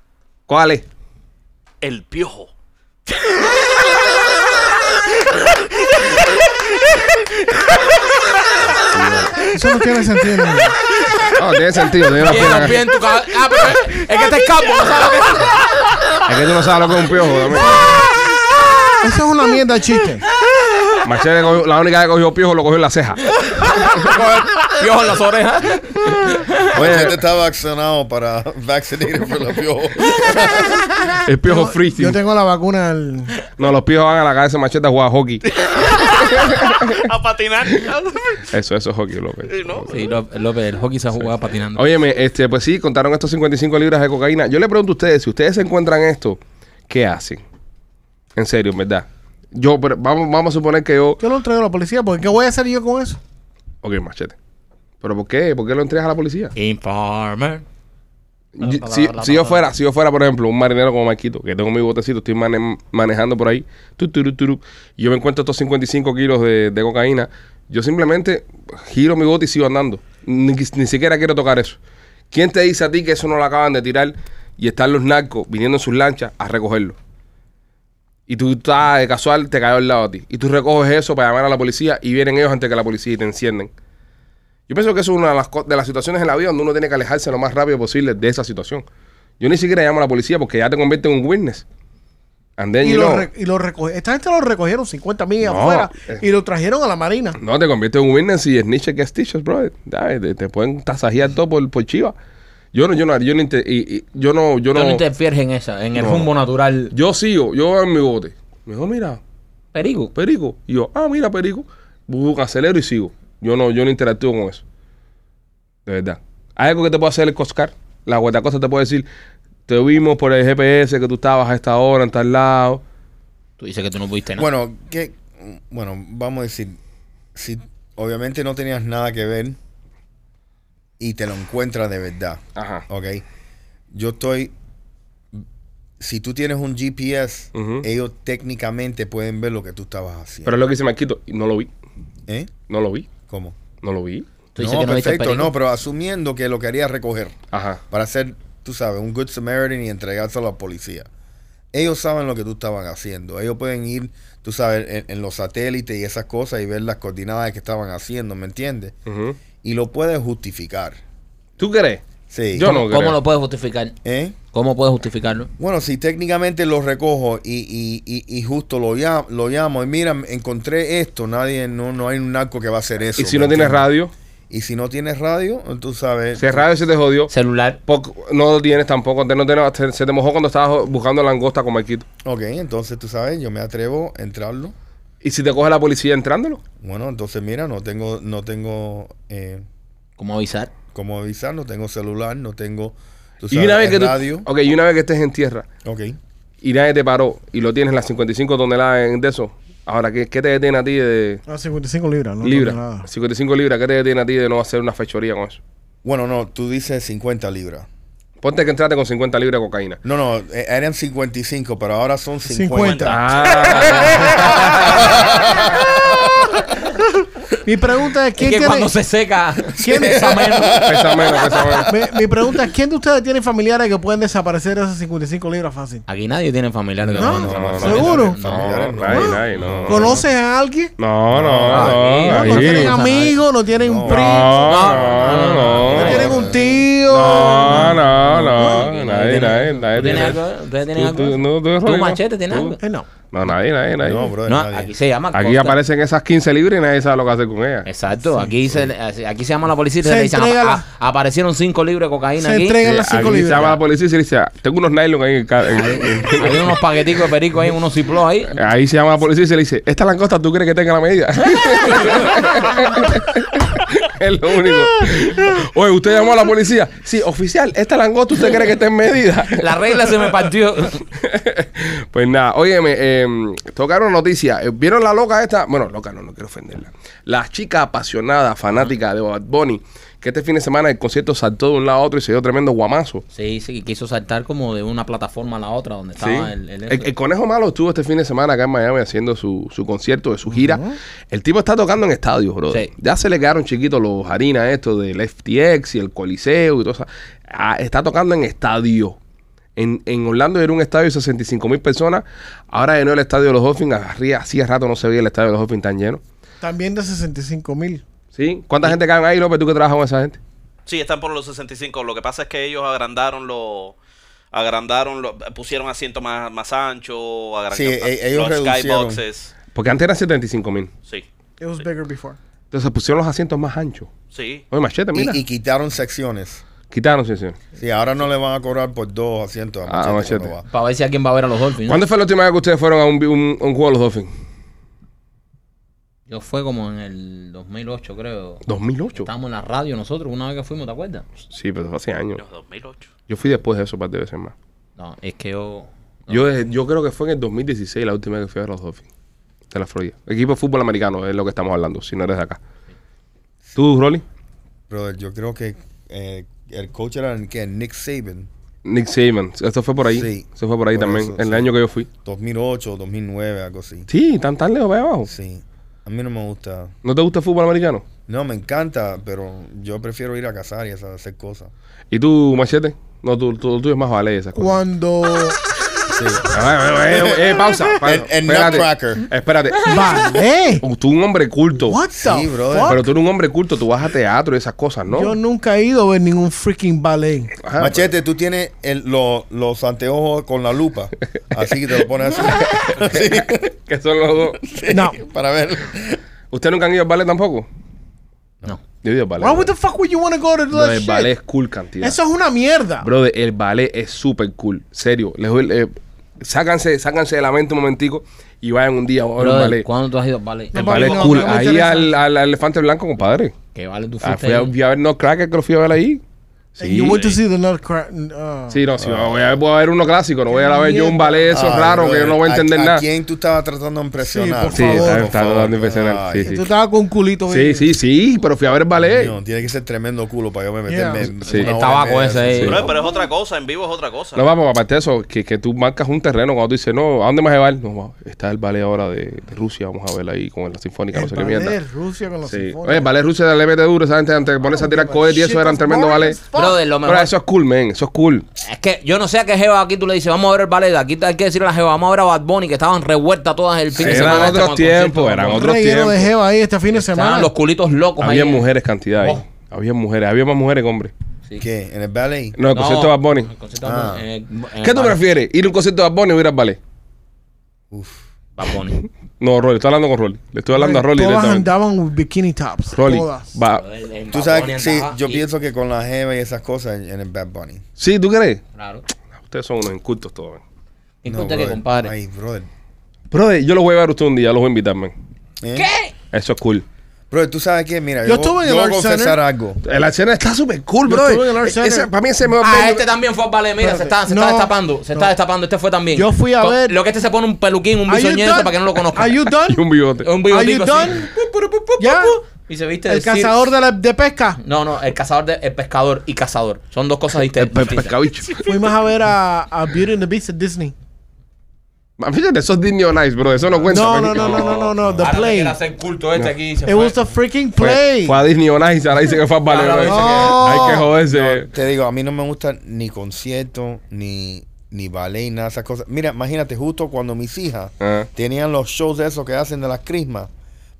[SPEAKER 1] ¿cuál es?
[SPEAKER 4] El piojo.
[SPEAKER 3] Eso no tiene sentido. ¿no?
[SPEAKER 1] No, tiene sentido, tiene una
[SPEAKER 2] Bien,
[SPEAKER 1] pena.
[SPEAKER 2] bien, tu cabeza. Ah, pero es es que este es campo, no sabes lo que es.
[SPEAKER 1] Es que tú no sabes lo que es un piojo también.
[SPEAKER 3] Eso es una mierda de chiste.
[SPEAKER 1] Machete, cogió- la única que cogió piojo lo cogió en la ceja.
[SPEAKER 2] Piojo en las orejas.
[SPEAKER 5] Machete está vacunado este para vaccinated for la piojo.
[SPEAKER 1] El piojo
[SPEAKER 3] Yo-
[SPEAKER 1] free.
[SPEAKER 3] Yo tengo la vacuna al.
[SPEAKER 1] No, los piojos van a la cabeza de machete a jugar hockey.
[SPEAKER 4] A patinar.
[SPEAKER 1] Eso, eso es hockey, López.
[SPEAKER 4] ¿No?
[SPEAKER 2] Sí, Ló- López, el hockey se jugaba patinando.
[SPEAKER 1] Óyeme, este, pues sí, contaron estos 55 libras de cocaína. Yo le pregunto a ustedes, si ustedes encuentran esto, ¿qué hacen? En serio, en verdad. Yo, pero vamos, vamos a suponer que yo.
[SPEAKER 3] Yo lo entrego a la policía porque ¿qué voy a hacer yo con eso?
[SPEAKER 1] Ok, machete. ¿Pero por qué? ¿Por qué lo entregas a la policía?
[SPEAKER 2] Informer.
[SPEAKER 1] Yo- si, si yo fuera, si yo fuera, por ejemplo, un marinero como Marquito, que tengo mi botecito, estoy mane- manejando por ahí, tu, tu, tu, tu, y yo me encuentro estos 55 kilos de, de cocaína, yo simplemente giro mi bote y sigo andando. Ni, ni siquiera quiero tocar eso. ¿Quién te dice a ti que eso no lo acaban de tirar y están los narcos viniendo en sus lanchas a recogerlo? Y tú estás de casual, te cayó al lado a ti. Y tú recoges eso para llamar a la policía y vienen ellos antes que la policía y te encienden. Yo pienso que eso es una de las, co- de las situaciones en la vida donde uno tiene que alejarse lo más rápido posible de esa situación. Yo ni siquiera llamo a la policía porque ya te convierte en un witness. And then,
[SPEAKER 3] Y
[SPEAKER 1] you
[SPEAKER 3] lo,
[SPEAKER 1] know,
[SPEAKER 3] re- y lo recoge- Esta gente lo recogieron 50 millas
[SPEAKER 1] Eh, No,
[SPEAKER 3] afuera
[SPEAKER 1] eh.
[SPEAKER 3] y lo trajeron a la marina.
[SPEAKER 1] No, te convierte en un witness y snitch gets stitches, bro. Dale, Te, te pueden tasajear todo por, por chiva. Yo no, yo no, yo no, inter- y- y- yo no, yo
[SPEAKER 2] Tú no
[SPEAKER 1] no,
[SPEAKER 2] interfieres en esa, en el
[SPEAKER 1] No.
[SPEAKER 2] rumbo natural.
[SPEAKER 1] yo sigo, yo voy en mi bote. Me dijo, mira,
[SPEAKER 2] Perigo.
[SPEAKER 1] Perico. Y yo, ah, mira, Perico. Busco, acelero y sigo. Yo no, yo no interactúo con eso. De verdad. Hay algo que te puede hacer el Coscar. La guatacosta te puede decir, te vimos por el GPS que tú estabas a esta hora, en tal lado.
[SPEAKER 7] Tú dices que tú no pudiste nada.
[SPEAKER 5] Bueno, que, bueno, vamos a decir, si obviamente no tenías nada que ver y te lo encuentras de verdad,
[SPEAKER 1] Ajá.
[SPEAKER 5] ¿ok? Yo estoy, si tú tienes un GPS,
[SPEAKER 1] Ujú.
[SPEAKER 5] ellos técnicamente pueden ver lo que tú estabas haciendo.
[SPEAKER 1] Pero es lo que dice Marquito, y no lo vi,
[SPEAKER 5] ¿Eh?
[SPEAKER 1] no lo vi,
[SPEAKER 5] ¿Cómo?
[SPEAKER 1] no lo vi.
[SPEAKER 7] Tú dices que no viste el
[SPEAKER 5] perfecto,
[SPEAKER 7] perico.
[SPEAKER 5] no, pero asumiendo que lo querías recoger
[SPEAKER 1] Ajá.
[SPEAKER 5] para hacer, tú sabes, un good Samaritan y entregárselo a la policía. Ellos saben lo que tú estabas haciendo. Ellos pueden ir, tú sabes, en, en los satélites y esas cosas y ver las coordinadas que estaban haciendo, ¿me entiendes?
[SPEAKER 1] Ujú.
[SPEAKER 5] Y lo puedes justificar.
[SPEAKER 1] ¿Tú crees?
[SPEAKER 5] Sí.
[SPEAKER 1] Yo no
[SPEAKER 7] ¿Cómo,
[SPEAKER 1] creo.
[SPEAKER 7] lo puedes justificar?
[SPEAKER 5] ¿Eh?
[SPEAKER 7] ¿Cómo puedes justificarlo?
[SPEAKER 5] Bueno, si técnicamente lo recojo y, y- y- y justo lo llamo, lo llamo y mira, encontré esto, nadie, no, no hay un narco que va a hacer eso.
[SPEAKER 1] ¿Y si
[SPEAKER 5] ¿me
[SPEAKER 1] no tienes
[SPEAKER 5] entiendes?
[SPEAKER 1] radio?
[SPEAKER 5] Y si no tienes radio, tú sabes.
[SPEAKER 1] Si el radio se te jodió,
[SPEAKER 7] Celular.
[SPEAKER 1] poc- no lo tienes tampoco, te- no te- te- se te mojó cuando estabas buscando langosta con Marquito.
[SPEAKER 5] Ok, entonces tú sabes, yo me atrevo a entrarlo.
[SPEAKER 1] ¿Y si te coge la policía entrándolo?
[SPEAKER 5] Bueno, entonces mira, no tengo, no tengo eh,
[SPEAKER 7] ¿Cómo avisar?
[SPEAKER 5] cómo avisar, no tengo celular, no tengo tú
[SPEAKER 1] y una vez
[SPEAKER 5] el
[SPEAKER 1] que tú-
[SPEAKER 5] radio.
[SPEAKER 1] ok, y una vez que estés en tierra,
[SPEAKER 5] Ok.
[SPEAKER 1] y nadie te paró y lo tienes las 55 toneladas en- de eso, ahora, ¿qué, qué te detiene a ti de
[SPEAKER 3] A 55 libras, ¿no?
[SPEAKER 1] libra?
[SPEAKER 3] Nada.
[SPEAKER 1] 55 libras, ¿qué te detiene a ti de no hacer una fechoría con eso?
[SPEAKER 5] Bueno, no, tú dices 50 libras.
[SPEAKER 1] Ponte que entraste con 50 libras de cocaína.
[SPEAKER 5] No, no, eh, eran 55, pero ahora son 50.
[SPEAKER 3] 50.
[SPEAKER 1] Ah.
[SPEAKER 3] Mi pregunta es:
[SPEAKER 2] Es
[SPEAKER 3] ¿quién
[SPEAKER 2] que
[SPEAKER 3] tiene.?
[SPEAKER 2] cuando se seca,
[SPEAKER 3] ¿Quién-
[SPEAKER 2] pesa menos.
[SPEAKER 1] pesa menos, pesa menos.
[SPEAKER 3] mi, mi pregunta es: ¿quién de ustedes tiene familiares que pueden desaparecer esas 55 libras fácil?
[SPEAKER 7] Aquí nadie tiene familiares. que
[SPEAKER 3] No,
[SPEAKER 7] van a-
[SPEAKER 1] no, no.
[SPEAKER 3] ¿Seguro?
[SPEAKER 1] Ah, No, nadie, nadie, no.
[SPEAKER 3] ¿Conoces a alguien?
[SPEAKER 1] No, no,
[SPEAKER 2] Ah,
[SPEAKER 1] no.
[SPEAKER 3] No,
[SPEAKER 1] ahí.
[SPEAKER 3] tienen
[SPEAKER 1] No,
[SPEAKER 3] amigos, no tienen
[SPEAKER 5] No.
[SPEAKER 3] un primo,
[SPEAKER 1] no,
[SPEAKER 3] no tienen
[SPEAKER 1] no.
[SPEAKER 3] un tío.
[SPEAKER 1] No, no, no. Nadie, nadie, nadie.
[SPEAKER 7] ¿Tú tienes
[SPEAKER 1] tiene-
[SPEAKER 7] algo? ¿Ustedes tienen
[SPEAKER 1] Tú-
[SPEAKER 7] algo?
[SPEAKER 1] tú- no, tú,
[SPEAKER 7] ¿Tú,
[SPEAKER 1] Rolly, no.
[SPEAKER 7] machete, tienes
[SPEAKER 1] Tú-
[SPEAKER 7] algo?
[SPEAKER 3] Eh, no.
[SPEAKER 1] No, nadie, nadie, nadie.
[SPEAKER 5] No, brother,
[SPEAKER 7] No,
[SPEAKER 5] nadie.
[SPEAKER 7] aquí se llama.
[SPEAKER 1] Aquí
[SPEAKER 7] costa.
[SPEAKER 1] aparecen esas 15 libras y nadie sabe lo que hacer con ellas.
[SPEAKER 7] Exacto, aquí, se, aquí se llama la policía y
[SPEAKER 3] Se
[SPEAKER 7] se, le dicen,
[SPEAKER 3] entrega
[SPEAKER 7] "Apa-
[SPEAKER 3] la-
[SPEAKER 7] a- aparecieron cinco libres de cocaína
[SPEAKER 3] Se
[SPEAKER 7] aquí.
[SPEAKER 1] Sí,
[SPEAKER 3] entrega las 5
[SPEAKER 1] aquí Eh, se llama la
[SPEAKER 3] libras.
[SPEAKER 1] policía y se dice, "Ah, tengo unos nylon ahí en el ca- en- en-
[SPEAKER 7] Hay unos paqueticos de perico ahí, unos ciplos ahí.
[SPEAKER 1] Ahí se llama la policía y se le dice, esta langosta tú crees que tenga la medida. es lo único. Oye, ¿usted llamó a la policía? Sí, oficial, esta langosta usted cree que está en medida.
[SPEAKER 7] La regla se me partió.
[SPEAKER 1] Pues nada, óyeme, eh, tocaron noticias. Eh, ¿Vieron la loca esta? Bueno, loca no, no quiero ofenderla. La chica apasionada, fanática de Bad Bunny, que este fin de semana el concierto saltó de un lado a otro y se dio tremendo guamazo.
[SPEAKER 7] Sí, sí, quiso saltar como de una plataforma a la otra donde
[SPEAKER 1] Sí. Eh,
[SPEAKER 7] estaba el, el-
[SPEAKER 1] El- el Conejo Malo estuvo este fin de semana acá en Miami haciendo su, su concierto de su gira. El tipo está tocando en estadios, bro.
[SPEAKER 7] Sí.
[SPEAKER 1] Ya se le quedaron chiquitos los harinas estos del FTX y el Coliseo y todo eso. Ah, está tocando en estadio. En, en Orlando era un estadio de 65 mil personas. Ahora de nuevo el estadio de los Dolphins. Arriba, hacía rato no se veía el estadio de los Dolphins tan lleno.
[SPEAKER 3] También de 65 mil.
[SPEAKER 1] ¿Sí? ¿Cuánta gente caen ahí, López? Tú que trabajas con esa gente.
[SPEAKER 4] Sí, están por los 65. Lo que pasa es que ellos agrandaron los agrandaron lo, pusieron asientos más más anchos,
[SPEAKER 5] Sí,
[SPEAKER 4] agrandaron
[SPEAKER 5] e-
[SPEAKER 4] los
[SPEAKER 5] ellos reducieron.
[SPEAKER 4] skyboxes.
[SPEAKER 1] Porque antes eran 75 mil.
[SPEAKER 4] Sí.
[SPEAKER 3] It was bigger before.
[SPEAKER 1] Entonces pusieron los asientos más anchos.
[SPEAKER 4] Sí.
[SPEAKER 1] Oye, machete, mira.
[SPEAKER 5] Y, y quitaron secciones.
[SPEAKER 1] Quitaron, sí, señor.
[SPEAKER 5] Sí, ahora no le van a cobrar por dos asientos. a
[SPEAKER 1] Ah,
[SPEAKER 5] Machete
[SPEAKER 1] Machete.
[SPEAKER 5] cuando va.
[SPEAKER 7] para ver si alguien va a ver a los Dolphins. ¿no?
[SPEAKER 1] ¿Cuándo fue la última vez que ustedes fueron a un, un, un juego de los Dolphins?
[SPEAKER 7] Yo fue como en el 2008, creo.
[SPEAKER 1] 2008.
[SPEAKER 7] Estábamos en la radio nosotros una vez que fuimos, ¿te acuerdas?
[SPEAKER 1] Sí, pero hace años.
[SPEAKER 4] Los 2008.
[SPEAKER 1] Yo fui después de eso, para de veces más.
[SPEAKER 7] No, es que yo...
[SPEAKER 1] Yo, eh, yo creo que fue en el 2016 la última vez que fui a ver los Dolphins de la Florida. Equipo de fútbol americano es lo que estamos hablando, si no eres de acá. ¿Tú, Rolly?
[SPEAKER 5] Brother, yo creo que eh, el coach era ¿qué? Nick Saban,
[SPEAKER 1] Nick Saban. Esto fue por ahí.
[SPEAKER 5] Sí.
[SPEAKER 1] Eso fue por ahí
[SPEAKER 5] Por
[SPEAKER 1] también,
[SPEAKER 5] eso,
[SPEAKER 1] el
[SPEAKER 5] sí.
[SPEAKER 1] año que yo fui.
[SPEAKER 5] 2008, 2009, algo así.
[SPEAKER 1] Sí, tan tan lejos para allá abajo.
[SPEAKER 5] Sí. A mí no me gusta.
[SPEAKER 1] ¿No te gusta el fútbol americano?
[SPEAKER 5] No, me encanta, pero yo prefiero ir a cazar y a hacer cosas.
[SPEAKER 1] ¿Y tú, Machete? No, tú, tú, tú es más vale esa cosa.
[SPEAKER 3] Cuando.
[SPEAKER 1] Eh, eh, eh, pausa. pa-
[SPEAKER 5] El- el
[SPEAKER 1] espérate.
[SPEAKER 5] Nutcracker.
[SPEAKER 1] Espérate.
[SPEAKER 3] Vale.
[SPEAKER 1] Tú un hombre culto.
[SPEAKER 3] What the
[SPEAKER 5] Sí, brother.
[SPEAKER 3] fuck?
[SPEAKER 1] Pero tú eres un hombre culto, tú vas a teatro y esas cosas, ¿no?
[SPEAKER 3] Yo nunca he ido a ver ningún freaking ballet.
[SPEAKER 1] Ajá,
[SPEAKER 5] Ah, Machete, tú tienes el- lo- los anteojos con la lupa. Así que te lo pones así. Sí,
[SPEAKER 1] pero- Que son los dos.
[SPEAKER 3] No.
[SPEAKER 5] para ver.
[SPEAKER 1] ¿Ustedes nunca han ido al ballet tampoco?
[SPEAKER 7] No.
[SPEAKER 1] Yo he ido al ballet.
[SPEAKER 3] Why would the fuck would you want to go to do
[SPEAKER 1] Bro,
[SPEAKER 3] that
[SPEAKER 1] el
[SPEAKER 3] shit?
[SPEAKER 1] ballet es cool cantidad.
[SPEAKER 3] Eso es una mierda.
[SPEAKER 1] Brother, el ballet es súper cool. Serio. Les, doy- eh, sácanse, sácanse de la mente un momentico y vayan un día a ver un
[SPEAKER 7] Brother,
[SPEAKER 1] ballet.
[SPEAKER 7] ¿Cuándo tú has ido al ballet?
[SPEAKER 1] El
[SPEAKER 3] No,
[SPEAKER 1] ballet
[SPEAKER 3] no,
[SPEAKER 1] es cool.
[SPEAKER 3] no me
[SPEAKER 1] ahí
[SPEAKER 3] interesa.
[SPEAKER 1] al, al- al elefante blanco, compadre.
[SPEAKER 7] Que vale, tú
[SPEAKER 1] Ah,
[SPEAKER 7] fuiste.
[SPEAKER 1] fui, a,
[SPEAKER 7] ahí.
[SPEAKER 1] fui a ver No Cracker, que lo fui a ver ahí.
[SPEAKER 3] And you went to see the Nutcracker. uh,
[SPEAKER 1] Sí, no, sí, voy, a, voy a ver uno clásico, no voy a ir a ver yo un ballet de esos
[SPEAKER 5] Ay,
[SPEAKER 1] raros que
[SPEAKER 5] Ah.
[SPEAKER 1] yo
[SPEAKER 5] brother,
[SPEAKER 1] no voy a entender
[SPEAKER 5] Ah, ¿A
[SPEAKER 1] nada. Sí,
[SPEAKER 5] quién tú estabas tratando de impresionar?
[SPEAKER 3] por Sí, favor.
[SPEAKER 1] está,
[SPEAKER 5] Por
[SPEAKER 1] está
[SPEAKER 5] favor.
[SPEAKER 1] dando impresionante.
[SPEAKER 5] Ay,
[SPEAKER 1] Sí,
[SPEAKER 3] Tú
[SPEAKER 1] sí.
[SPEAKER 3] estabas con un culito. eh,
[SPEAKER 1] sí, sí, sí, pero fui a ver ballet.
[SPEAKER 5] coño, tiene que ser tremendo culo para yo me meterme.
[SPEAKER 3] Yeah.
[SPEAKER 5] en
[SPEAKER 1] Sí.
[SPEAKER 5] una
[SPEAKER 1] El
[SPEAKER 5] hora y
[SPEAKER 7] tabaco
[SPEAKER 5] media.
[SPEAKER 7] ese, eh.
[SPEAKER 4] Bro, pero es otra cosa, en vivo es otra cosa.
[SPEAKER 1] No, vamos, aparte de eso, que, que tú marcas un terreno cuando tú dices, no, ¿a dónde me vas a llevar? No, vamos, está el ballet ahora de, de Rusia, vamos a ver ahí con la sinfónica, no sé qué mierda.
[SPEAKER 3] Rusia con los
[SPEAKER 1] Sí.
[SPEAKER 3] sinfónicos.
[SPEAKER 1] Oye, el ballet ruso de la LBT duro, esa gente antes de ponerse a tirar cohetes y eso eran tremendo ballet.
[SPEAKER 7] Brother, lo
[SPEAKER 1] Pero
[SPEAKER 7] mejor.
[SPEAKER 1] eso es cool, man, eso es cool.
[SPEAKER 7] Es que yo no sé a qué jeva aquí tú le dices, vamos a ver el ballet. Aquí hay que decirle a la jeva, vamos a ver a Bad Bunny, que estaban revueltas todas el fin de semana.
[SPEAKER 1] Eran
[SPEAKER 7] este con
[SPEAKER 1] otros
[SPEAKER 7] el concierto.
[SPEAKER 1] tiempos, eran
[SPEAKER 3] Un
[SPEAKER 1] otros
[SPEAKER 3] reguero de
[SPEAKER 1] tiempos.
[SPEAKER 3] jeva ahí este fin de semana.
[SPEAKER 7] Estaban los culitos locos
[SPEAKER 1] Había
[SPEAKER 7] ahí.
[SPEAKER 1] mujeres cantidad ahí.
[SPEAKER 7] Oh.
[SPEAKER 1] Había mujeres, había más mujeres que hombres.
[SPEAKER 5] ¿Qué? ¿En el ballet?
[SPEAKER 1] No, Eh,
[SPEAKER 7] No,
[SPEAKER 1] el concierto de Bad Bunny.
[SPEAKER 7] el concierto de Bad Bunny,
[SPEAKER 5] Ah.
[SPEAKER 7] en el- en
[SPEAKER 1] ¿Qué
[SPEAKER 7] el
[SPEAKER 1] tú
[SPEAKER 7] ballet.
[SPEAKER 1] prefieres? ¿Ir a un concierto de Bad Bunny o ir al ballet?
[SPEAKER 7] Bad Bunny.
[SPEAKER 1] No, Rolly, estoy hablando con Rolly. Le estoy hablando a Rolly
[SPEAKER 3] Todas
[SPEAKER 1] directamente.
[SPEAKER 3] andaban con bikini tops.
[SPEAKER 1] Rolly,
[SPEAKER 3] Todas.
[SPEAKER 1] va.
[SPEAKER 7] El- el
[SPEAKER 5] Tú
[SPEAKER 7] Bad
[SPEAKER 5] sabes
[SPEAKER 7] Bunny
[SPEAKER 5] que sí,
[SPEAKER 7] andaba
[SPEAKER 5] yo
[SPEAKER 7] y-
[SPEAKER 5] pienso que con la jeva y esas cosas en el Bad Bunny.
[SPEAKER 1] ¿Sí, tú crees?
[SPEAKER 7] Claro.
[SPEAKER 1] Ustedes son unos incultos todos. man.
[SPEAKER 7] ¿Y
[SPEAKER 5] No,
[SPEAKER 7] tú te que
[SPEAKER 5] brother.
[SPEAKER 7] compadre?
[SPEAKER 5] Ay, brother.
[SPEAKER 1] Brother, yo los voy a llevar a usted un día, los voy a invitar, man.
[SPEAKER 5] ¿Qué?
[SPEAKER 1] Eso es cool.
[SPEAKER 5] ¿Eh? Brother, tú sabes qué, mira,
[SPEAKER 3] Yo estuve en el
[SPEAKER 5] yo voy a
[SPEAKER 3] Arts Center.
[SPEAKER 5] confesar algo.
[SPEAKER 1] La escena está súper cool,
[SPEAKER 3] Yo
[SPEAKER 1] brother.
[SPEAKER 3] estuve en el Art Center.
[SPEAKER 1] Ese- para mí ese me va
[SPEAKER 7] Ah, este también fue al ballet. Mira, se,
[SPEAKER 3] Espérate.
[SPEAKER 7] está, se
[SPEAKER 3] No,
[SPEAKER 7] está destapando. Se
[SPEAKER 3] no.
[SPEAKER 7] está destapando. Este fue también.
[SPEAKER 3] Yo fui a ver-
[SPEAKER 7] Lo que este se pone un peluquín, un
[SPEAKER 3] Are you
[SPEAKER 7] bisoñero
[SPEAKER 3] done?
[SPEAKER 7] para que no lo conozca.
[SPEAKER 3] Are you done?
[SPEAKER 1] Y un bigote.
[SPEAKER 7] Un
[SPEAKER 3] Are
[SPEAKER 7] bigotico
[SPEAKER 3] you
[SPEAKER 7] así.
[SPEAKER 3] done?
[SPEAKER 7] Pu, pu, pu, pu,
[SPEAKER 3] Ya.
[SPEAKER 7] pu. Y se viste de
[SPEAKER 3] El
[SPEAKER 7] circo.
[SPEAKER 3] cazador de, la, de pesca.
[SPEAKER 7] No, no, el cazador de, el pescador y cazador. Son dos cosas
[SPEAKER 1] El
[SPEAKER 7] distintas.
[SPEAKER 1] pe- pescabicho.
[SPEAKER 3] Fuimos a ver a, a Beauty and the Beast at Disney.
[SPEAKER 1] Man, Fíjate, eso es Disney on Ice, brother. Eso no cuenta. pues.
[SPEAKER 3] No,
[SPEAKER 1] man.
[SPEAKER 3] no, no, no, no, no, no. The
[SPEAKER 7] Ahora te
[SPEAKER 3] play.
[SPEAKER 7] quiere hacer culto este aquí. y se
[SPEAKER 3] It
[SPEAKER 7] fue.
[SPEAKER 3] was the freaking
[SPEAKER 1] Fue,
[SPEAKER 3] play.
[SPEAKER 1] fue a Disney on Ice, ahora dice que fue al ballet.
[SPEAKER 7] Ahora
[SPEAKER 1] brother.
[SPEAKER 7] dice
[SPEAKER 3] que-
[SPEAKER 1] Hay que joderse.
[SPEAKER 5] No, te digo, a mí no me gusta ni concierto, ni, ni ballet, ni nada de esas cosas. Mira, imagínate, justo cuando mis hijas
[SPEAKER 1] Ajá.
[SPEAKER 5] tenían los shows de esos que hacen de las crismas,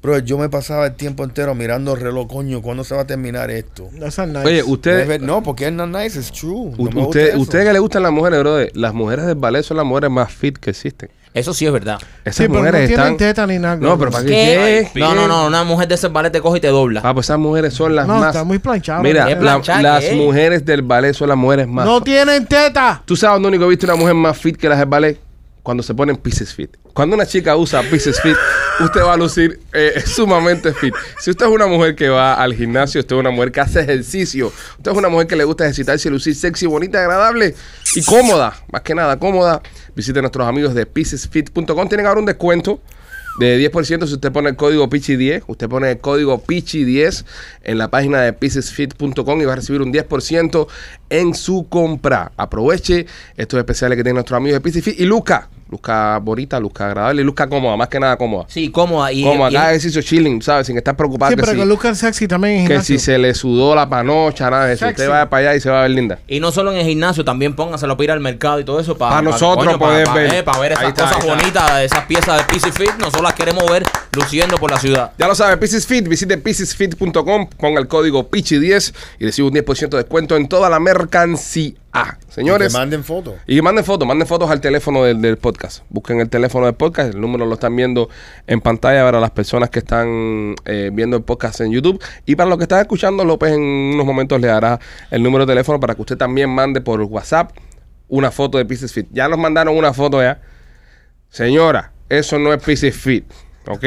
[SPEAKER 5] pero yo me pasaba el tiempo entero mirando el reloj, coño, ¿cuándo se va a terminar esto?
[SPEAKER 3] That's not nice.
[SPEAKER 1] Oye, ustedes.
[SPEAKER 5] no, porque es not nice, it's true. No
[SPEAKER 1] U-
[SPEAKER 5] me gusta
[SPEAKER 1] usted-
[SPEAKER 5] eso.
[SPEAKER 1] ustedes que le gustan las mujeres, brother, las mujeres del ballet son las mujeres más fit que existen.
[SPEAKER 7] Eso sí es verdad.
[SPEAKER 1] Esas
[SPEAKER 3] Sí, pero no
[SPEAKER 1] mujeres
[SPEAKER 3] tienen
[SPEAKER 1] están.
[SPEAKER 3] teta ni nada.
[SPEAKER 1] no, pero para
[SPEAKER 7] ¿Qué?
[SPEAKER 1] qué.
[SPEAKER 7] No, no, no. Una mujer de ese ballet te coge y te dobla.
[SPEAKER 1] Ah, pues esas mujeres son las
[SPEAKER 3] No,
[SPEAKER 1] más.
[SPEAKER 3] está muy planchado.
[SPEAKER 1] Mira,
[SPEAKER 3] ¿Qué
[SPEAKER 1] la-
[SPEAKER 7] planchada
[SPEAKER 1] las
[SPEAKER 5] eh.
[SPEAKER 7] que es?
[SPEAKER 1] mujeres del ballet son las mujeres más.
[SPEAKER 3] No tienen teta.
[SPEAKER 1] ¿Tú sabes dónde único he visto una mujer más fit que las del ballet? Cuando se ponen pieces fit. Cuando una chica usa pieces fit, usted va a lucir eh, sumamente fit. Si usted es una mujer que va al gimnasio, usted es una mujer que hace ejercicio, usted es una mujer que le gusta ejercitarse, y lucir sexy, bonita, agradable y cómoda. Más que nada, cómoda. Visite a nuestros amigos de piecesfit.com. Tienen ahora un descuento de 10% si usted pone el código PICHI10. Usted pone el código PICHI10 en la página de piecesfit.com y va a recibir un 10% en su compra. Aproveche estos especiales que tienen nuestros amigos de Pieces Fit y luzca. Luzca bonita, luzca agradable y luzca cómoda, más que nada cómoda.
[SPEAKER 7] Sí, cómoda. Y,
[SPEAKER 1] Como
[SPEAKER 7] y-
[SPEAKER 1] acá ejercicio chilling, ¿sabes? Sin estar preocupado
[SPEAKER 3] Sí,
[SPEAKER 1] que,
[SPEAKER 3] pero
[SPEAKER 1] si,
[SPEAKER 3] que Lucas sexy también en
[SPEAKER 1] que
[SPEAKER 3] gimnasio.
[SPEAKER 1] si se le sudó la panocha, nada de eso.
[SPEAKER 3] Sexy.
[SPEAKER 1] Usted vaya para allá y se va a ver linda.
[SPEAKER 7] y no solo en el gimnasio, también póngaselo para ir al mercado y todo eso. Para,
[SPEAKER 1] Pa' nosotros poder ver.
[SPEAKER 7] para eh, ver esas
[SPEAKER 1] Ahí está,
[SPEAKER 7] cosas
[SPEAKER 1] ahí está.
[SPEAKER 7] bonitas, esas piezas de PC Fit. Nosotros las queremos ver luciendo por la ciudad.
[SPEAKER 1] Ya lo sabe, Pieces Fit, visite piecesfit.com, ponga el código PICHI10 y recibe un 10% de descuento en toda la mercancía.
[SPEAKER 5] Que
[SPEAKER 1] Señores,
[SPEAKER 5] manden fotos.
[SPEAKER 1] Y que manden fotos, manden fotos al teléfono del, del podcast. Busquen el teléfono del podcast, el número lo están viendo en pantalla para las personas que están eh, viendo el podcast en YouTube. Y para los que están escuchando, López en unos momentos le dará el número de teléfono para que usted también mande por WhatsApp una foto de Pieces Fit. Ya nos mandaron una foto ya. Señora, eso no es Pieces Fit, ¿ok?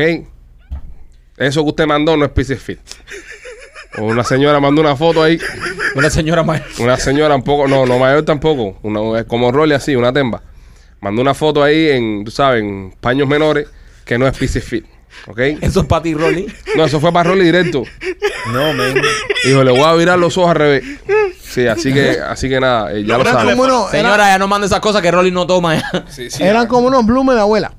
[SPEAKER 1] Eso que usted mandó no es Pieces Fit. Una señora mandó una foto ahí.
[SPEAKER 7] Una señora mayor.
[SPEAKER 1] Una señora un poco, no, no mayor tampoco, una, como Rolly así, una temba. Mandó una foto ahí en, tú sabes, en paños menores, que no es PC Fit. ¿Ok?
[SPEAKER 7] Eso es para ti, Rolly.
[SPEAKER 1] No, eso fue para Rolly directo.
[SPEAKER 5] No, man.
[SPEAKER 1] Dijo, le voy a virar los ojos al revés. Sí, así que, así que nada, eh, ya lo
[SPEAKER 3] Eran como
[SPEAKER 1] saben.
[SPEAKER 3] unos- eran-
[SPEAKER 7] Señora, ya no manda esas cosas que Rolly no toma. ya.
[SPEAKER 1] Sí, sí.
[SPEAKER 3] Eran como unos blooms de abuela.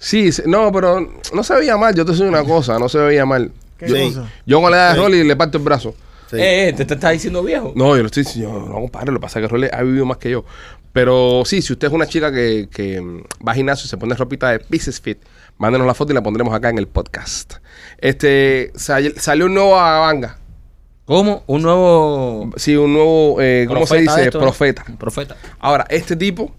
[SPEAKER 1] Sí, sí, no, pero no se veía mal. Yo te soy una cosa, no se veía mal.
[SPEAKER 3] ¿Qué
[SPEAKER 5] Sí.
[SPEAKER 3] cosa?
[SPEAKER 1] Yo con la edad de Rolly le parto el brazo.
[SPEAKER 5] Sí.
[SPEAKER 7] Eh, eh, te, te estás diciendo viejo.
[SPEAKER 1] No, yo lo estoy diciendo, no, compadre, lo que pasa es que Rolly ha vivido más que yo. Pero sí, si usted es una chica que, que, mm, va a gimnasio y se pone ropita de Pieces Fit, mándenos la foto y la pondremos acá en el podcast. Este sal- salió un nuevo Abanga.
[SPEAKER 7] ¿Cómo? Un nuevo.
[SPEAKER 1] Sí, un nuevo, eh, ¿cómo se
[SPEAKER 7] profeta de
[SPEAKER 1] dice?
[SPEAKER 7] esto.
[SPEAKER 1] Profeta.
[SPEAKER 7] Profeta.
[SPEAKER 1] Ahora, este tipo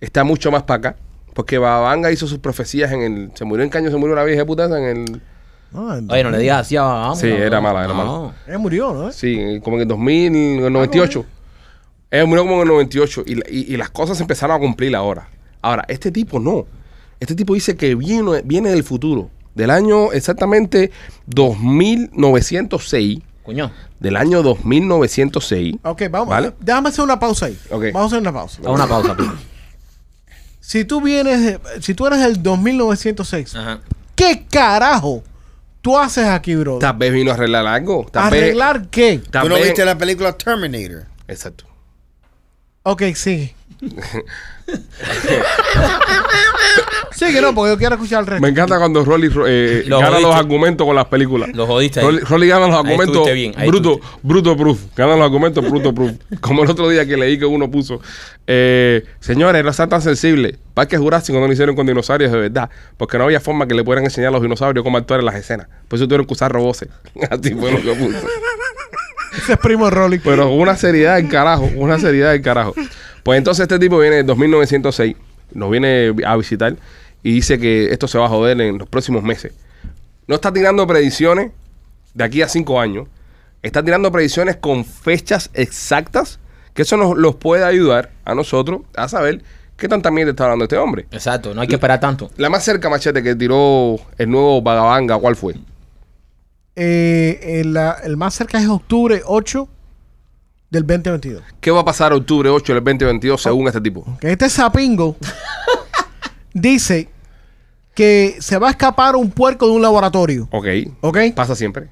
[SPEAKER 1] está mucho más para acá. Porque Babanga hizo sus profecías en el. Se murió en Caño, se murió una vieja de puta esa en el.
[SPEAKER 3] Ah,
[SPEAKER 7] Oye, no le digas así a Vagamo.
[SPEAKER 1] Sí, era mala, era mala.
[SPEAKER 3] Él murió, ¿no?
[SPEAKER 1] Sí, como en el 2000,
[SPEAKER 3] Ah,
[SPEAKER 1] en el 98. Él murió como en el 98 y, la- y- y las cosas se empezaron a cumplir ahora. Ahora, este tipo no. Este tipo dice que viene, viene del futuro, del año exactamente 2906,
[SPEAKER 7] Coño.
[SPEAKER 1] del año 2906.
[SPEAKER 3] Ok, vamos.
[SPEAKER 1] ¿Vale?
[SPEAKER 3] Déjame hacer una pausa ahí.
[SPEAKER 1] Ok.
[SPEAKER 3] Vamos a hacer una pausa.
[SPEAKER 7] A una pausa,
[SPEAKER 1] pues.
[SPEAKER 7] Pipo.
[SPEAKER 3] Si tú vienes, de- si tú eres del 2906,
[SPEAKER 1] Ah.
[SPEAKER 7] Ajá.
[SPEAKER 3] ¿qué carajo tú haces aquí, bro?
[SPEAKER 1] Tal vez vino a arreglar algo. Tal vez-
[SPEAKER 3] ¿Arreglar qué?
[SPEAKER 1] tal
[SPEAKER 5] ¿Tú no
[SPEAKER 1] vez-
[SPEAKER 5] viste la película Terminator?
[SPEAKER 1] Exacto.
[SPEAKER 3] Ok, sigue. sigue, no, porque yo quiero escuchar el resto.
[SPEAKER 1] Me encanta cuando Rolly eh,
[SPEAKER 2] Lo
[SPEAKER 1] gana los
[SPEAKER 2] jodiste.
[SPEAKER 1] argumentos con las películas.
[SPEAKER 2] Lo jodiste ahí.
[SPEAKER 1] Rolly, Rolly gana los
[SPEAKER 2] Ahí
[SPEAKER 1] argumentos
[SPEAKER 2] estuviste bien, ahí
[SPEAKER 1] bruto, bruto proof. Gana los argumentos bruto proof. Como el otro día que leí que uno puso, eh, señores, no están tan sensibles. Parque Jurásico no lo hicieron con dinosaurios de verdad, porque no había forma que le pudieran enseñar a los dinosaurios cómo actuar en las escenas. Por eso tuvieron que usar robots. Así fue lo que puso.
[SPEAKER 3] Ese es primo de Rolly.
[SPEAKER 1] Pero una seriedad del carajo, una seriedad del carajo. Pues entonces este tipo viene en 2906, nos viene a visitar y dice que esto se va a joder en los próximos meses. No está tirando predicciones de aquí a cinco años, está tirando predicciones con fechas exactas, que eso nos los puede ayudar a nosotros a saber qué tanta mierda está hablando este hombre.
[SPEAKER 7] Exacto, no hay que esperar tanto.
[SPEAKER 1] La más cerca, machete, que tiró el nuevo Vagabanga, ¿cuál fue?
[SPEAKER 3] Eh, el, la- el más cerca es octubre 8 del 2022.
[SPEAKER 1] ¿Qué va a pasar octubre 8 del 2022 según este tipo?
[SPEAKER 3] Que este sapingo dice que se va a escapar un puerco de un laboratorio.
[SPEAKER 1] Ok.
[SPEAKER 3] ¿Ok?
[SPEAKER 1] Pasa siempre.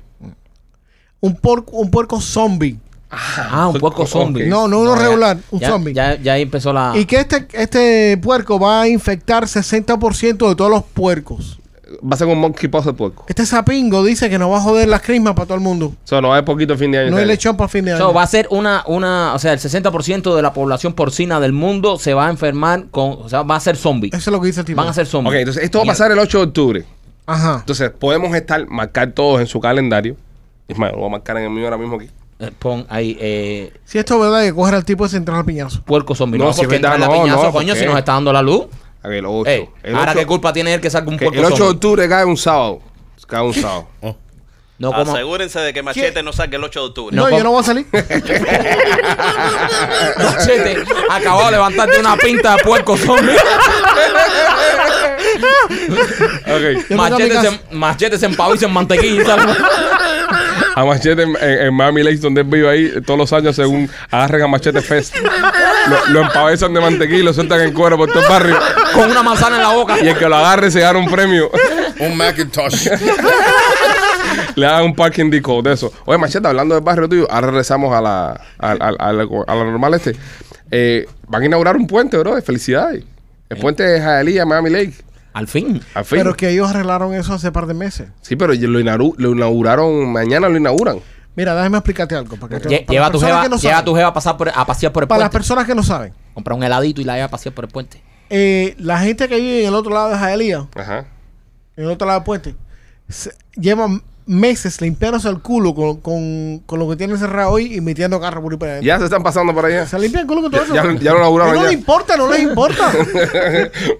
[SPEAKER 3] Un puerco, un puerco zombie.
[SPEAKER 7] Ah, un poco zombie.
[SPEAKER 1] Ok.
[SPEAKER 3] No, no uno
[SPEAKER 7] ya-
[SPEAKER 3] regular, un
[SPEAKER 7] ya-
[SPEAKER 3] zombie.
[SPEAKER 7] Ya, ya ahí empezó la.
[SPEAKER 3] Y que este, este puerco va a infectar 60% de todos los puercos.
[SPEAKER 1] Va a ser un monkeypox de puerco.
[SPEAKER 3] Este sapingo dice que nos va a joder las crismas para todo el mundo.
[SPEAKER 1] O sea, no hay poquito fin de año.
[SPEAKER 3] No hay
[SPEAKER 1] ¿sabes?
[SPEAKER 3] lechón para fin de
[SPEAKER 7] O
[SPEAKER 3] año.
[SPEAKER 7] sea, va a ser una, una, o sea, el 60% de la población porcina del mundo se va a enfermar con, o sea, va a ser zombie.
[SPEAKER 3] Eso es lo que dice el tipo.
[SPEAKER 7] Van a ser
[SPEAKER 1] Ok,
[SPEAKER 7] zombies.
[SPEAKER 1] entonces esto va a pasar el 8 de octubre.
[SPEAKER 3] Ajá.
[SPEAKER 1] Entonces podemos estar, marcar todos en su calendario. Es más, lo voy a marcar en el mío ahora mismo aquí.
[SPEAKER 7] Eh, Pon ahí, eh,
[SPEAKER 3] Si esto es verdad que coger al tipo ese entrar al piñazo.
[SPEAKER 7] puerco zombie.
[SPEAKER 1] No,
[SPEAKER 7] No,
[SPEAKER 1] si es
[SPEAKER 7] porque
[SPEAKER 1] verdad,
[SPEAKER 7] entra la
[SPEAKER 1] no,
[SPEAKER 7] piñazo,
[SPEAKER 1] no,
[SPEAKER 7] coño,
[SPEAKER 1] ¿por
[SPEAKER 7] si
[SPEAKER 1] qué?
[SPEAKER 7] nos está dando la luz.
[SPEAKER 1] A ver, el 8.
[SPEAKER 7] Ey,
[SPEAKER 1] el
[SPEAKER 7] ahora,
[SPEAKER 1] 8
[SPEAKER 7] ¿qué culpa tiene él que salga un
[SPEAKER 1] que
[SPEAKER 7] puerco
[SPEAKER 1] el 8 de
[SPEAKER 7] zombie?
[SPEAKER 1] octubre cae un sábado. Cae un sábado.
[SPEAKER 7] No, como,
[SPEAKER 4] Asegúrense de que Machete
[SPEAKER 3] ¿Qué?
[SPEAKER 4] no salga el 8 de octubre.
[SPEAKER 3] No,
[SPEAKER 7] No,
[SPEAKER 3] yo
[SPEAKER 7] ¿cómo?
[SPEAKER 3] no voy a salir.
[SPEAKER 7] Machete, acabo de levantarte una pinta de puerco zombie.
[SPEAKER 1] ok.
[SPEAKER 3] Yo nunca
[SPEAKER 7] machete,
[SPEAKER 3] me
[SPEAKER 7] se, machete se empaviza en mantequilla. y tal.
[SPEAKER 1] A Machete en, en- en Miami Lakes, donde él vive ahí, todos los años, según agarren a Machete Fest, lo, lo empavezan de mantequilla y lo sueltan en cuero por todo el barrio.
[SPEAKER 7] con una manzana en la boca.
[SPEAKER 1] Y el que lo agarre se gana un premio.
[SPEAKER 5] Un Macintosh.
[SPEAKER 1] Le dan un parking disco de eso. Oye, Machete, hablando del barrio tuyo, ahora regresamos a la, a, a- a la, a la normal este. Eh, van a inaugurar un puente, bro. Felicidades. El puente de Jaelía, Miami Lake.
[SPEAKER 7] Al fin.
[SPEAKER 1] Al fin.
[SPEAKER 3] Eh. Pero que ellos arreglaron eso hace par de meses.
[SPEAKER 1] Sí, pero lo, inaugu- lo inauguraron, mañana lo inauguran.
[SPEAKER 3] Mira, déjame explicarte algo. Para que-
[SPEAKER 7] Lle-
[SPEAKER 3] para
[SPEAKER 7] lleva,
[SPEAKER 3] las
[SPEAKER 7] a tu
[SPEAKER 3] personas
[SPEAKER 7] jeva,
[SPEAKER 3] que no
[SPEAKER 7] lleva a
[SPEAKER 3] saben.
[SPEAKER 7] tu jeva a, pasar
[SPEAKER 2] e-
[SPEAKER 7] por- a pasear por el
[SPEAKER 3] Para las
[SPEAKER 7] puente.
[SPEAKER 3] personas que no saben.
[SPEAKER 7] Comprar un heladito y la lleva a pasear por el puente.
[SPEAKER 3] eh, la gente que vive en el otro lado de Jaelía,
[SPEAKER 1] Ajá.
[SPEAKER 3] en el otro lado del puente, se- llevan meses limpiándose el culo con, con, con lo que tienen cerrado hoy y metiendo carro por ahí para allá.
[SPEAKER 1] Ya se están pasando para allá.
[SPEAKER 3] Se limpian el culo con todo
[SPEAKER 1] Ya-
[SPEAKER 3] eso.
[SPEAKER 1] ya lo- ya lo laburaron
[SPEAKER 3] No
[SPEAKER 1] ya.
[SPEAKER 3] les importa, no les importa.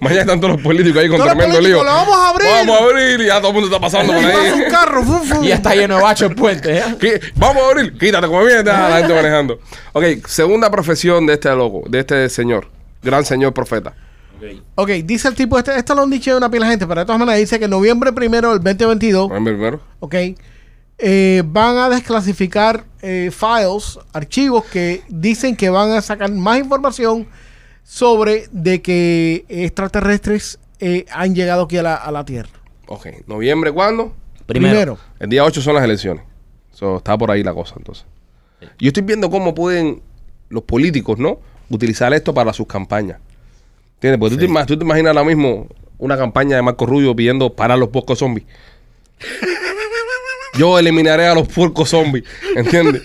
[SPEAKER 1] mañana están todos los políticos ahí con
[SPEAKER 3] Todos los
[SPEAKER 1] tremendo lío.
[SPEAKER 3] políticos, ¡lo vamos a abrir!
[SPEAKER 1] Vamos a abrir y ya todo el mundo está pasando por
[SPEAKER 3] Y pasa
[SPEAKER 1] ahí.
[SPEAKER 3] un carro, fu, fu.
[SPEAKER 7] Y ya está lleno de bacho el puente. ¿eh?
[SPEAKER 1] ¿Qué? Vamos a abrir. Quítate como viene está la gente manejando. Ok, segunda profesión de este loco, de este señor. Gran señor profeta.
[SPEAKER 3] Ok, dice el tipo, este, esto lo han dicho una pila de gente, pero de todas maneras dice que noviembre primero del 2022,
[SPEAKER 1] Ponme primero.
[SPEAKER 3] ok, eh, van a desclasificar eh, files, archivos que dicen que van a sacar más información sobre de que extraterrestres eh, han llegado aquí a la, a la Tierra.
[SPEAKER 1] Ok, noviembre, ¿cuándo?
[SPEAKER 7] Primero.
[SPEAKER 1] El día 8 son las elecciones. So, está por ahí la cosa, entonces. Yo estoy viendo cómo pueden los políticos, ¿no? Utilizar esto para sus campañas. ¿Entiendes? Porque tú, te ima- tú te imaginas ahora mismo una campaña de Marco Rubio pidiendo parar los puercos zombies. Yo eliminaré a los puercos zombies, ¿entiendes?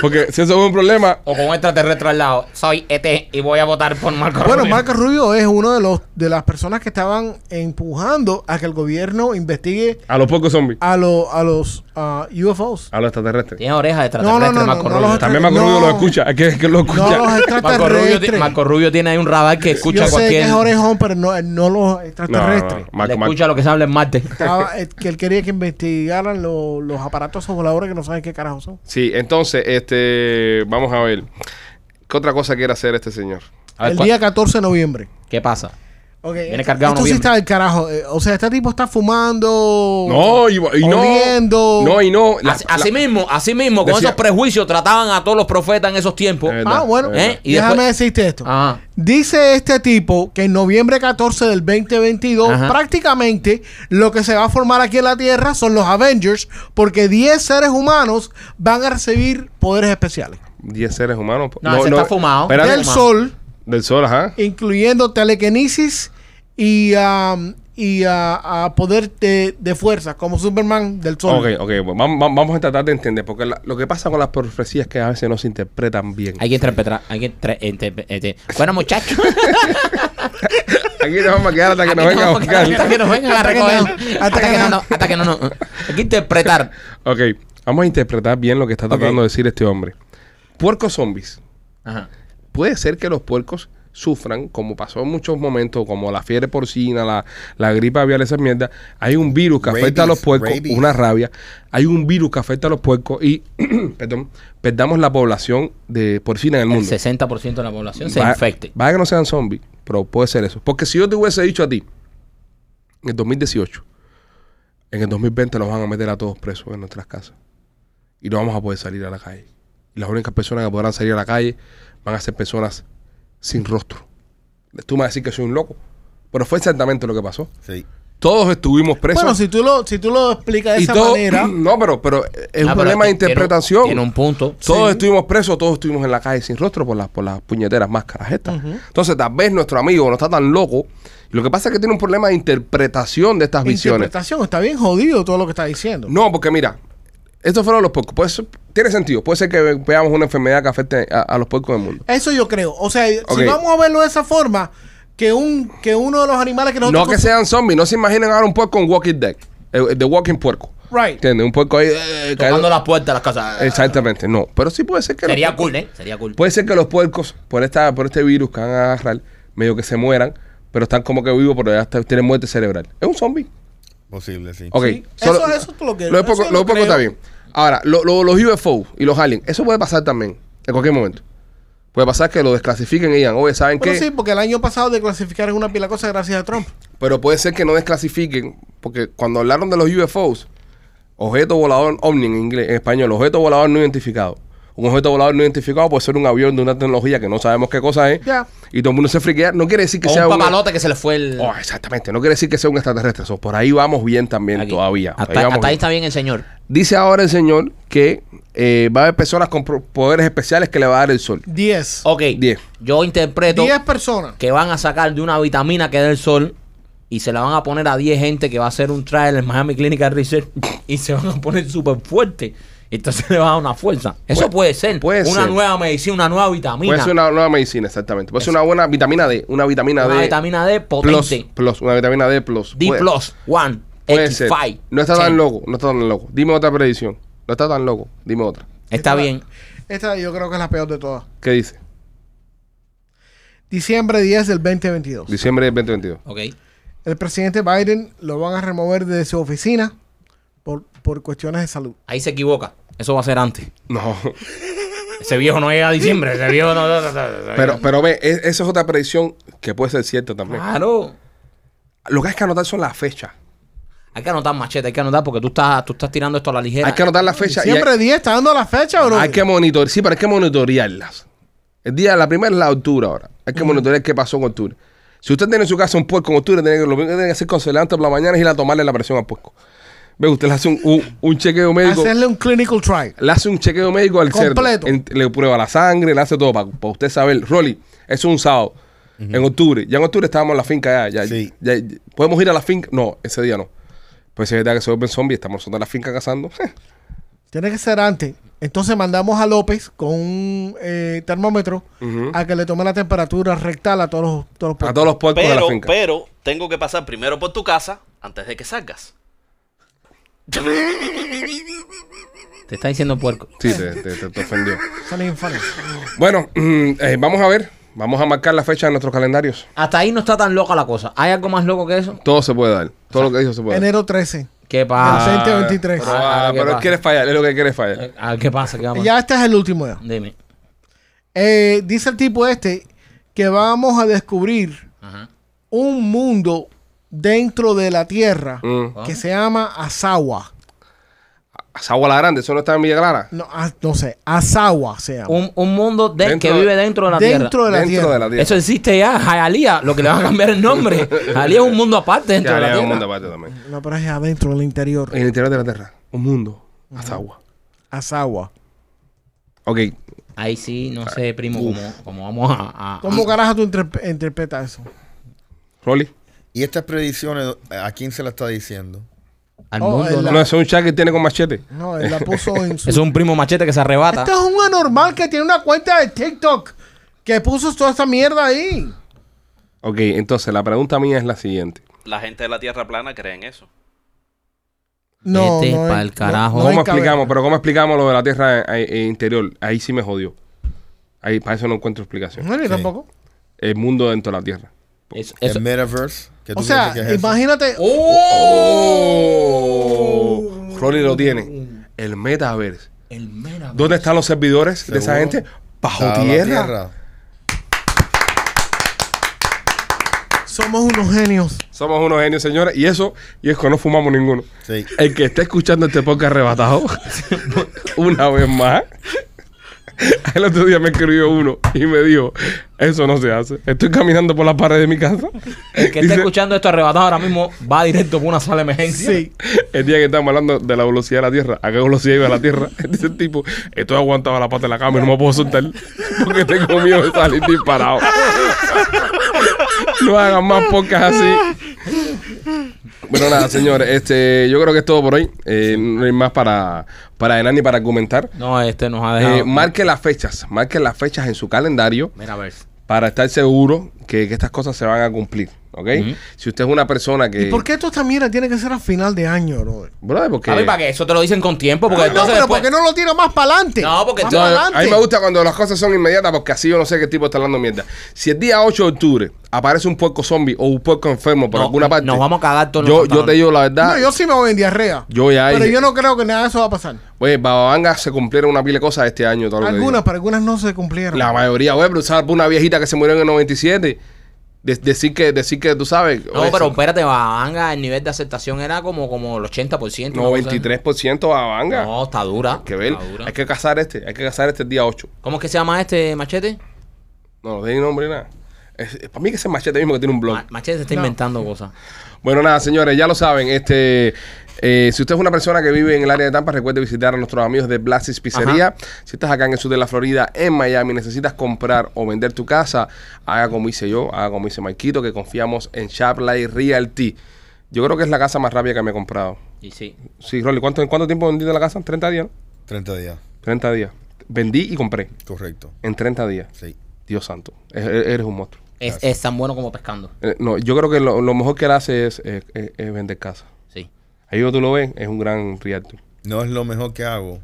[SPEAKER 1] Porque si eso es un problema,
[SPEAKER 2] O con un extraterrestre al lado. Soy ET y voy a votar por Marco
[SPEAKER 3] Bueno,
[SPEAKER 2] Rubio.
[SPEAKER 3] Marco Rubio es uno de los de las personas que estaban empujando a que el gobierno investigue
[SPEAKER 1] a los pocos zombies,
[SPEAKER 3] a, lo- a los ah, UFOs.
[SPEAKER 1] a los extraterrestres.
[SPEAKER 2] Tiene orejas de extraterrestre
[SPEAKER 3] No, no, no,
[SPEAKER 2] Marco
[SPEAKER 3] no,
[SPEAKER 2] Rubio.
[SPEAKER 3] no los
[SPEAKER 1] También Marco Rubio
[SPEAKER 3] No.
[SPEAKER 1] lo escucha, es que, es que lo
[SPEAKER 3] No
[SPEAKER 1] escucha.
[SPEAKER 2] Marco
[SPEAKER 3] los
[SPEAKER 2] Rubio, ti-
[SPEAKER 3] extraterrestres.
[SPEAKER 2] Marco Rubio tiene ahí un radar que escucha
[SPEAKER 3] Yo sé que
[SPEAKER 2] cualquier.
[SPEAKER 3] es orejón, pero no, no los
[SPEAKER 1] No, no, no,
[SPEAKER 3] extraterrestres.
[SPEAKER 1] Marco-
[SPEAKER 2] le
[SPEAKER 1] Marco-
[SPEAKER 2] escucha lo que se habla en Marte.
[SPEAKER 3] Estaba- eh, que él quería que investigaran lo- los aparatos voladores que no saben qué carajo son.
[SPEAKER 1] Sí, entonces, este, vamos a ver. ¿Qué otra cosa quiere hacer este señor?
[SPEAKER 2] A ver,
[SPEAKER 3] el
[SPEAKER 2] ¿cuál-
[SPEAKER 3] día 14 de noviembre.
[SPEAKER 2] ¿Qué pasa?
[SPEAKER 3] Ok,
[SPEAKER 2] Viene
[SPEAKER 3] esto-
[SPEAKER 2] cargado
[SPEAKER 3] Esto sí
[SPEAKER 2] noviembre.
[SPEAKER 3] está del carajo. eh, o sea, este tipo está fumando.
[SPEAKER 1] No, y, y no.
[SPEAKER 3] oliendo.
[SPEAKER 1] No, y no. La-
[SPEAKER 2] Así, así
[SPEAKER 1] la-
[SPEAKER 2] mismo, así mismo, con
[SPEAKER 1] Decía-
[SPEAKER 2] esos prejuicios trataban a todos los profetas en esos tiempos.
[SPEAKER 1] Es verdad.
[SPEAKER 3] Ah, bueno.
[SPEAKER 1] es
[SPEAKER 2] verdad. ¿Eh? Y
[SPEAKER 3] Déjame
[SPEAKER 2] después-
[SPEAKER 3] decirte esto.
[SPEAKER 2] Ah.
[SPEAKER 3] Dice este tipo que en noviembre 14 del 2022
[SPEAKER 2] Ajá.
[SPEAKER 3] prácticamente lo que se va a formar aquí en la Tierra son los Avengers porque 10 seres humanos van a recibir poderes especiales.
[SPEAKER 1] 10 seres humanos.
[SPEAKER 2] No, ese está fumado.
[SPEAKER 1] espérate.
[SPEAKER 3] Del
[SPEAKER 1] del, sol.
[SPEAKER 3] Sol,
[SPEAKER 1] ajá.
[SPEAKER 3] incluyendo telequinesis y, am, y ah, ah, poder de, de fuerza, como Superman del Sol.
[SPEAKER 1] Ok, ok. bueno, vam- vam- vamos a tratar de entender, porque la- lo que pasa con las profecías es que a veces no se interpretan bien.
[SPEAKER 2] Hay que interpretar. Hay que entre- entre- entre- Bueno, muchachos.
[SPEAKER 1] Aquí nos vamos a quedar hasta que nos
[SPEAKER 2] aquí
[SPEAKER 1] venga a
[SPEAKER 2] tenemos que- Hasta
[SPEAKER 1] buscar.
[SPEAKER 2] que nos vengan a
[SPEAKER 3] Hasta que
[SPEAKER 2] recoger.
[SPEAKER 3] no, hasta
[SPEAKER 2] Hasta
[SPEAKER 3] que
[SPEAKER 2] que no,
[SPEAKER 3] no.
[SPEAKER 2] no, hasta que no, no. Hay que interpretar.
[SPEAKER 1] Ok, vamos a interpretar bien lo que está tratando de decir este hombre. Puercos zombies.
[SPEAKER 2] Ajá.
[SPEAKER 1] Puede ser que los puercos sufran, como pasó en muchos momentos, como la fiebre porcina, la, la gripe aviar, esa mierda. Hay un virus que afecta a los
[SPEAKER 5] Rabies,
[SPEAKER 1] puercos,
[SPEAKER 5] rabies.
[SPEAKER 1] una rabia. Hay un virus que afecta a los puercos y, perdón, perdamos la población de porcina en el
[SPEAKER 2] El
[SPEAKER 1] mundo.
[SPEAKER 2] 60% de la población se
[SPEAKER 1] Va-
[SPEAKER 2] infecte.
[SPEAKER 1] Vaya que no sean zombies, pero puede ser eso. Porque si yo te hubiese dicho a ti, en el 2018, en el 2020 nos van a meter a todos presos en nuestras casas. Y no vamos a poder salir a la calle. Y las únicas personas que podrán salir a la calle van a ser personas sin rostro. Tú me vas a decir que soy un loco. Pero fue exactamente lo que pasó.
[SPEAKER 5] Sí.
[SPEAKER 1] Todos estuvimos presos.
[SPEAKER 3] Bueno, si tú lo, si tú lo explicas de
[SPEAKER 1] y
[SPEAKER 3] esa
[SPEAKER 1] todo-
[SPEAKER 3] manera,
[SPEAKER 1] No, pero, pero eh, es un
[SPEAKER 2] Ah, pero
[SPEAKER 1] problema de
[SPEAKER 2] tiene-
[SPEAKER 1] interpretación.
[SPEAKER 2] Tiene un punto.
[SPEAKER 1] Todos
[SPEAKER 3] Sí.
[SPEAKER 1] estuvimos presos, todos estuvimos en la calle sin rostro por las, por las puñeteras máscaras estas. Entonces, tal vez nuestro amigo no está tan loco. Lo que pasa es que tiene un problema de interpretación de estas visiones.
[SPEAKER 3] interpretación está bien jodido todo lo que está diciendo.
[SPEAKER 1] No, porque mira, estos fueron los puercos. Puede ser- tiene sentido. Puede ser que ve- veamos una enfermedad que afecte a, a los puercos del mundo.
[SPEAKER 3] Eso yo creo. O sea,
[SPEAKER 1] Ok.
[SPEAKER 3] si vamos a verlo de esa forma, que un que uno de los animales que
[SPEAKER 1] No
[SPEAKER 3] nosotros
[SPEAKER 1] que sean zombies, no se imaginen ahora un puerco en Walking Dead. El, el de Walking Puerco.
[SPEAKER 3] Right.
[SPEAKER 1] ¿Entiendes? Un puerco ahí. eh,
[SPEAKER 2] Tocando
[SPEAKER 1] cayendo-
[SPEAKER 2] las puertas de las casas.
[SPEAKER 1] Exactamente, no. Pero sí puede ser que. los
[SPEAKER 2] Sería
[SPEAKER 1] puercos-
[SPEAKER 2] cool, ¿eh? Sería cool.
[SPEAKER 1] Puede ser que los puercos, por esta, por este virus que van a agarrar, medio que se mueran, pero están como que vivos, pero ya está- tienen muerte cerebral. Es un zombie.
[SPEAKER 5] Posible, sí.
[SPEAKER 1] Ok.
[SPEAKER 3] Sí, eso- eso es lo que-
[SPEAKER 1] Lo de
[SPEAKER 3] eso
[SPEAKER 1] poco, lo
[SPEAKER 3] yo
[SPEAKER 1] de
[SPEAKER 3] lo
[SPEAKER 1] poco
[SPEAKER 3] creo.
[SPEAKER 1] está bien. Ahora, lo- lo- los UFO y los aliens, eso puede pasar también, en cualquier momento. Puede pasar que lo desclasifiquen y digan, oye, ¿saben
[SPEAKER 3] Bueno,
[SPEAKER 1] qué?
[SPEAKER 3] sí, porque el año pasado desclasificaron una pila de cosas gracias a Trump.
[SPEAKER 1] Pero puede ser que no desclasifiquen, porque cuando hablaron de los UFOs, objeto volador ovni en, inglés, en español, objeto volador no identificado. Un objeto volador no identificado puede ser un avión de una tecnología que no sabemos qué cosa es.
[SPEAKER 3] Ya.
[SPEAKER 1] Y todo el mundo se friquea. No quiere decir que
[SPEAKER 2] O
[SPEAKER 1] sea
[SPEAKER 2] un papalote que se le fue el.
[SPEAKER 1] Oh, exactamente, no quiere decir que sea un extraterrestre. So, por ahí vamos bien también
[SPEAKER 2] Aquí.
[SPEAKER 1] todavía. Por ahí
[SPEAKER 2] Hasta,
[SPEAKER 1] vamos
[SPEAKER 2] hasta ahí
[SPEAKER 1] bien.
[SPEAKER 2] está bien el señor.
[SPEAKER 1] Dice ahora el señor que eh, va a haber personas con pro- poderes especiales que le va a dar el sol.
[SPEAKER 3] 10.
[SPEAKER 2] Ok.
[SPEAKER 1] Diez.
[SPEAKER 2] Yo interpreto
[SPEAKER 3] 10 personas.
[SPEAKER 2] que van a sacar de una vitamina que da el sol y se la van a poner a 10 gente que va a hacer un trial en Miami Clinical Research y se van a poner súper fuerte. Entonces le va a dar una fuerza. Eso
[SPEAKER 1] Puede-
[SPEAKER 2] puede ser.
[SPEAKER 1] Pues, puede
[SPEAKER 2] una
[SPEAKER 1] ser.
[SPEAKER 2] nueva medicina, una nueva vitamina.
[SPEAKER 1] Puede ser una nueva medicina, exactamente. Puede ser una buena vitamina D. Una vitamina
[SPEAKER 2] Una
[SPEAKER 1] D.
[SPEAKER 2] vitamina D
[SPEAKER 1] plus,
[SPEAKER 2] potente.
[SPEAKER 1] plus, una vitamina D plus.
[SPEAKER 2] D
[SPEAKER 1] Puede-
[SPEAKER 2] plus, one,
[SPEAKER 1] Puede
[SPEAKER 2] X,
[SPEAKER 1] ser.
[SPEAKER 2] five,
[SPEAKER 1] No está tan
[SPEAKER 2] ten.
[SPEAKER 1] loco, no está tan loco. Dime otra predicción. No está tan loco, dime otra.
[SPEAKER 2] Está bien.
[SPEAKER 3] Esta yo creo que es la peor de todas.
[SPEAKER 1] ¿Qué dice?
[SPEAKER 3] Diciembre 10 del 2022.
[SPEAKER 1] Diciembre del 2022.
[SPEAKER 2] Ok.
[SPEAKER 3] El presidente Biden lo van a remover de su oficina por, por cuestiones de salud.
[SPEAKER 2] Ahí se equivoca. Eso va a ser antes.
[SPEAKER 1] No.
[SPEAKER 2] Ese viejo no llega a diciembre. Ese viejo no. no, no, no, no, no.
[SPEAKER 1] Pero, pero ve, es- esa es otra predicción que puede ser cierta también.
[SPEAKER 2] Ah. Claro.
[SPEAKER 1] Lo que hay que anotar son las fechas.
[SPEAKER 2] Hay que anotar machete, hay que anotar porque tú estás, tú estás tirando esto a la ligera.
[SPEAKER 1] Hay que anotar las fechas. y hay-
[SPEAKER 3] Diciembre 10 está dando la fecha, bro.
[SPEAKER 1] Pues Hay que monitorear, sí, pero hay que monitorearlas. El día, la primera es la octubre ahora. Hay que monitorear qué pasó con octubre. Si usted tiene en su casa un puerco en octubre, tiene que, lo primero que tiene que hacer con antes por la mañana es ir a tomarle la presión al puerco. Ve, usted le hace un, un- un chequeo médico.
[SPEAKER 3] Hacerle un clinical trial.
[SPEAKER 1] Le hace un chequeo médico al cerdo.
[SPEAKER 3] Completo.
[SPEAKER 1] En- le prueba la sangre, le hace todo para, para usted saber. Rolly, eso es un sábado. En octubre. Ya en octubre estábamos en la finca ya. ya,
[SPEAKER 5] Sí.
[SPEAKER 1] ya- ya- ¿Podemos ir a la finca? No, ese día no. Pues ese día que se vuelven zombies, estamos nosotros en la finca cazando.
[SPEAKER 3] Tiene que ser antes. Entonces mandamos a López con un eh, termómetro
[SPEAKER 1] Ujú.
[SPEAKER 3] a que le tome la temperatura rectal a todos los, todos los
[SPEAKER 1] A
[SPEAKER 3] puercos.
[SPEAKER 1] todos los puercos de la
[SPEAKER 4] Pero,
[SPEAKER 1] finca.
[SPEAKER 4] pero tengo que pasar primero por tu casa antes de que salgas.
[SPEAKER 7] Te está diciendo puerco.
[SPEAKER 1] Sí, te, te- te- te ofendió.
[SPEAKER 3] Son infames.
[SPEAKER 1] Bueno, eh, vamos a ver. Vamos a marcar la fecha de nuestros calendarios.
[SPEAKER 7] Hasta ahí no está tan loca la cosa. ¿Hay algo más loco que eso?
[SPEAKER 1] Todo se puede dar. Todo lo que dijo se puede dar.
[SPEAKER 3] Enero 13.
[SPEAKER 7] ¿Qué
[SPEAKER 3] Ah,
[SPEAKER 7] pasa?
[SPEAKER 3] 23.
[SPEAKER 1] Pero,
[SPEAKER 7] Ah,
[SPEAKER 1] ah,
[SPEAKER 7] ¿qué
[SPEAKER 1] pero
[SPEAKER 7] pasa?
[SPEAKER 1] quieres fallar, es lo que quieres fallar.
[SPEAKER 7] Ah, ¿Qué pasa? ¿Qué vamos a
[SPEAKER 3] Ya este es el último ya.
[SPEAKER 7] Dime.
[SPEAKER 3] Eh, dice el tipo este que vamos a descubrir
[SPEAKER 7] Ajá.
[SPEAKER 3] un mundo dentro de la Tierra
[SPEAKER 1] Mm.
[SPEAKER 3] que se llama Asawa.
[SPEAKER 1] Sagua la Grande, eso no está en Villa Clara.
[SPEAKER 3] No, ah, no sé, Asawa se llama.
[SPEAKER 7] Un, un mundo de-
[SPEAKER 1] Dentro
[SPEAKER 7] que
[SPEAKER 1] de-
[SPEAKER 7] vive dentro de la tierra.
[SPEAKER 3] dentro de la
[SPEAKER 1] Dentro
[SPEAKER 3] Tierra.
[SPEAKER 1] de la Tierra.
[SPEAKER 7] Eso existe ya. Jalía, lo que le van a cambiar el nombre. Jalía es un mundo aparte
[SPEAKER 1] Ya,
[SPEAKER 7] dentro de la
[SPEAKER 1] ya,
[SPEAKER 7] tierra.
[SPEAKER 1] un mundo aparte también.
[SPEAKER 3] No, pero es adentro, en el interior.
[SPEAKER 7] Eh.
[SPEAKER 1] En el interior de la Tierra, un mundo. Hasta agua.
[SPEAKER 3] Asawa.
[SPEAKER 1] Ok,
[SPEAKER 7] Ahí sí, no sé, primo, cómo, cómo vamos a. a-
[SPEAKER 3] ¿Cómo carajo tú interp- interpretas eso?
[SPEAKER 1] Rolly.
[SPEAKER 5] Y estas predicciones, ¿a quién se las está diciendo?
[SPEAKER 7] al
[SPEAKER 3] Oh,
[SPEAKER 7] mundo.
[SPEAKER 3] el-
[SPEAKER 7] ¿no?
[SPEAKER 1] No, eso es un chat que tiene con machete.
[SPEAKER 3] No, él la puso en
[SPEAKER 7] Eso es
[SPEAKER 3] su...
[SPEAKER 7] un primo machete que se arrebata.
[SPEAKER 3] Este es un anormal que tiene una cuenta de TikTok que puso toda esta mierda ahí.
[SPEAKER 1] Ok, entonces la pregunta mía es la siguiente.
[SPEAKER 4] La gente de la Tierra plana cree en eso.
[SPEAKER 3] No,
[SPEAKER 7] Vete
[SPEAKER 3] no,
[SPEAKER 7] pa'l
[SPEAKER 3] no,
[SPEAKER 7] carajo.
[SPEAKER 3] no hay
[SPEAKER 1] ¿Cómo
[SPEAKER 3] cabeza.
[SPEAKER 1] explicamos? Pero ¿cómo explicamos lo de la Tierra eh, eh, interior? Ahí sí me jodió. Ahí, para eso no encuentro explicación.
[SPEAKER 3] No, ni
[SPEAKER 5] Sí.
[SPEAKER 3] tampoco.
[SPEAKER 1] El mundo dentro de la Tierra.
[SPEAKER 7] Eso-
[SPEAKER 5] El
[SPEAKER 7] eso-
[SPEAKER 5] metaverse. ¿qué tú
[SPEAKER 3] O sea,
[SPEAKER 5] piensas que es eso?
[SPEAKER 3] imagínate...
[SPEAKER 7] Oh.
[SPEAKER 1] ¡Oh! Rolly lo tiene. El metaverse.
[SPEAKER 7] el mera-
[SPEAKER 1] ¿Dónde están los servidores de esa
[SPEAKER 5] Seguro.
[SPEAKER 1] gente? Bajo
[SPEAKER 5] Está la
[SPEAKER 1] tierra.
[SPEAKER 3] Somos unos genios.
[SPEAKER 1] Somos unos genios, señores. Y eso, y es que no fumamos ninguno.
[SPEAKER 5] Sí.
[SPEAKER 1] El que esté escuchando este podcast arrebatado, una vez más. El otro día me escribió uno y me dijo, eso no se hace. Estoy caminando por la pared de mi casa.
[SPEAKER 7] El que está
[SPEAKER 1] Dice,
[SPEAKER 7] escuchando esto arrebatado ahora mismo va directo por una sala de emergencia.
[SPEAKER 3] Sí.
[SPEAKER 1] El día que estamos hablando de la velocidad de la Tierra, a qué velocidad iba la Tierra, dice el tipo, estoy aguantado a la pata de la cama y no me puedo soltar porque tengo miedo de salir disparado. No hagan más podcast así. Bueno, nada, señores, este, yo creo que es todo por hoy. Eh, No hay más para, para Enani para comentar.
[SPEAKER 7] No, este nos ha dejado.
[SPEAKER 1] Eh, marque las fechas, marque las fechas en su calendario
[SPEAKER 7] Mira, a ver.
[SPEAKER 1] para estar seguro que, que estas cosas se van a cumplir, ¿ok? Si usted es una persona que...
[SPEAKER 3] ¿Y por qué toda esta mierda tiene que ser a final de año, bro?
[SPEAKER 1] Brother, porque...
[SPEAKER 7] A ver, para que eso te lo dicen con tiempo. Porque
[SPEAKER 3] Ah, no,
[SPEAKER 7] entonces
[SPEAKER 3] pero
[SPEAKER 7] después-
[SPEAKER 3] ¿por qué no lo tira más para adelante?
[SPEAKER 7] No, porque
[SPEAKER 3] más
[SPEAKER 7] tú-
[SPEAKER 3] para
[SPEAKER 1] A mí
[SPEAKER 3] adelante.
[SPEAKER 1] me gusta cuando las cosas son inmediatas porque así yo no sé qué tipo está hablando mierda. Si el día 8 de octubre aparece un puerco zombie o un puerco enfermo por
[SPEAKER 7] No,
[SPEAKER 1] alguna parte,
[SPEAKER 7] Nos vamos a cagar todos
[SPEAKER 1] yo,
[SPEAKER 7] los
[SPEAKER 1] yo te digo la verdad.
[SPEAKER 3] No, yo sí me voy en diarrea.
[SPEAKER 1] Yo ya
[SPEAKER 3] Pero
[SPEAKER 1] dije-
[SPEAKER 3] yo no creo que nada de eso va a pasar.
[SPEAKER 1] Oye, Bababanga se cumplieron una pila de cosas este año. todo lo que
[SPEAKER 3] Algunas,
[SPEAKER 1] digo.
[SPEAKER 3] pero algunas no se cumplieron.
[SPEAKER 1] La mayoría, oye, pero usar una viejita que se murió en el 97. De- decir, que, decir que tú sabes.
[SPEAKER 7] No,
[SPEAKER 1] oye,
[SPEAKER 7] pero
[SPEAKER 1] eso-
[SPEAKER 7] espérate, Babanga, el nivel de aceptación era como, como el 80%. una
[SPEAKER 1] No,
[SPEAKER 7] cosa así.
[SPEAKER 1] 93% Bababanga.
[SPEAKER 7] No, está dura.
[SPEAKER 1] Hay que ver.
[SPEAKER 7] está dura.
[SPEAKER 1] Hay que cazar este. Hay que cazar este el día 8.
[SPEAKER 7] ¿Cómo es que se llama este machete?
[SPEAKER 1] No, no tiene nombre ni nada. Es- es- para mí que ese machete mismo que tiene un blog.
[SPEAKER 7] Ma- machete se está
[SPEAKER 3] No.
[SPEAKER 7] inventando cosas.
[SPEAKER 1] Bueno, nada, señores, ya lo saben. Este, eh, si usted es una persona que vive en el área de Tampa, recuerde visitar a nuestros amigos de Blasis Pizzería. Si estás acá en el sur de la Florida, en Miami, necesitas comprar o vender tu casa, haga como hice yo, haga como hice Maikito, que confiamos en Shapley Realty. Yo creo que es la casa más rápida que me he comprado.
[SPEAKER 7] Y sí.
[SPEAKER 1] Sí, Rolly, ¿cuánto, ¿en cuánto tiempo vendiste la casa? ¿En 30 días? ¿no?
[SPEAKER 5] 30 días,
[SPEAKER 1] 30 días. Vendí y compré
[SPEAKER 5] correcto.
[SPEAKER 1] en 30 días.
[SPEAKER 5] Sí.
[SPEAKER 1] Dios santo, e- e- eres un monstruo.
[SPEAKER 7] Es,
[SPEAKER 5] Gracias.
[SPEAKER 7] es tan bueno como pescando.
[SPEAKER 1] Eh, no, yo creo que lo, lo mejor que él hace es, eh, eh, es vender casa.
[SPEAKER 7] Sí.
[SPEAKER 1] Ahí donde tú lo ves, es un gran realtor.
[SPEAKER 5] No es lo mejor que hago.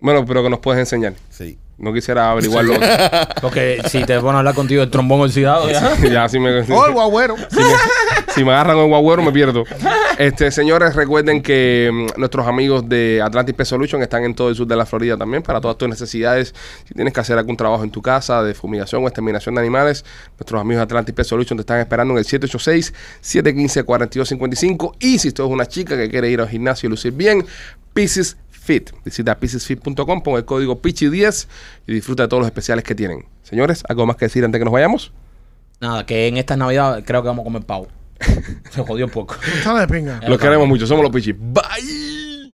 [SPEAKER 1] Bueno, pero que nos puedes enseñar.
[SPEAKER 5] Sí.
[SPEAKER 1] No quisiera averiguarlo.
[SPEAKER 7] Porque si te pones a hablar contigo el trombón oxidado, ya.
[SPEAKER 1] ya, si me,
[SPEAKER 3] Oh, el guagüero.
[SPEAKER 1] si me agarran con guagüero, me pierdo. Este, señores, recuerden que mm, nuestros amigos de Atlantic Pest Solution están en todo el sur de la Florida también para todas tus necesidades. Si tienes que hacer algún trabajo en tu casa de fumigación o exterminación de animales, nuestros amigos de Atlantic Pest Solution te están esperando en el 786-715-4255. Y si tú eres una chica que quiere ir al gimnasio y lucir bien, Pieces Fit. Visita piecesfit.com, pon el código PICHI10 y disfruta de todos los especiales que tienen. Señores, ¿algo más que decir antes que nos vayamos?
[SPEAKER 7] Nada, que en esta Navidad creo que vamos a comer pavo. Se jodió un poco.
[SPEAKER 3] Sale de pinga.
[SPEAKER 1] Los queremos mucho. Somos los Pichis. Bye.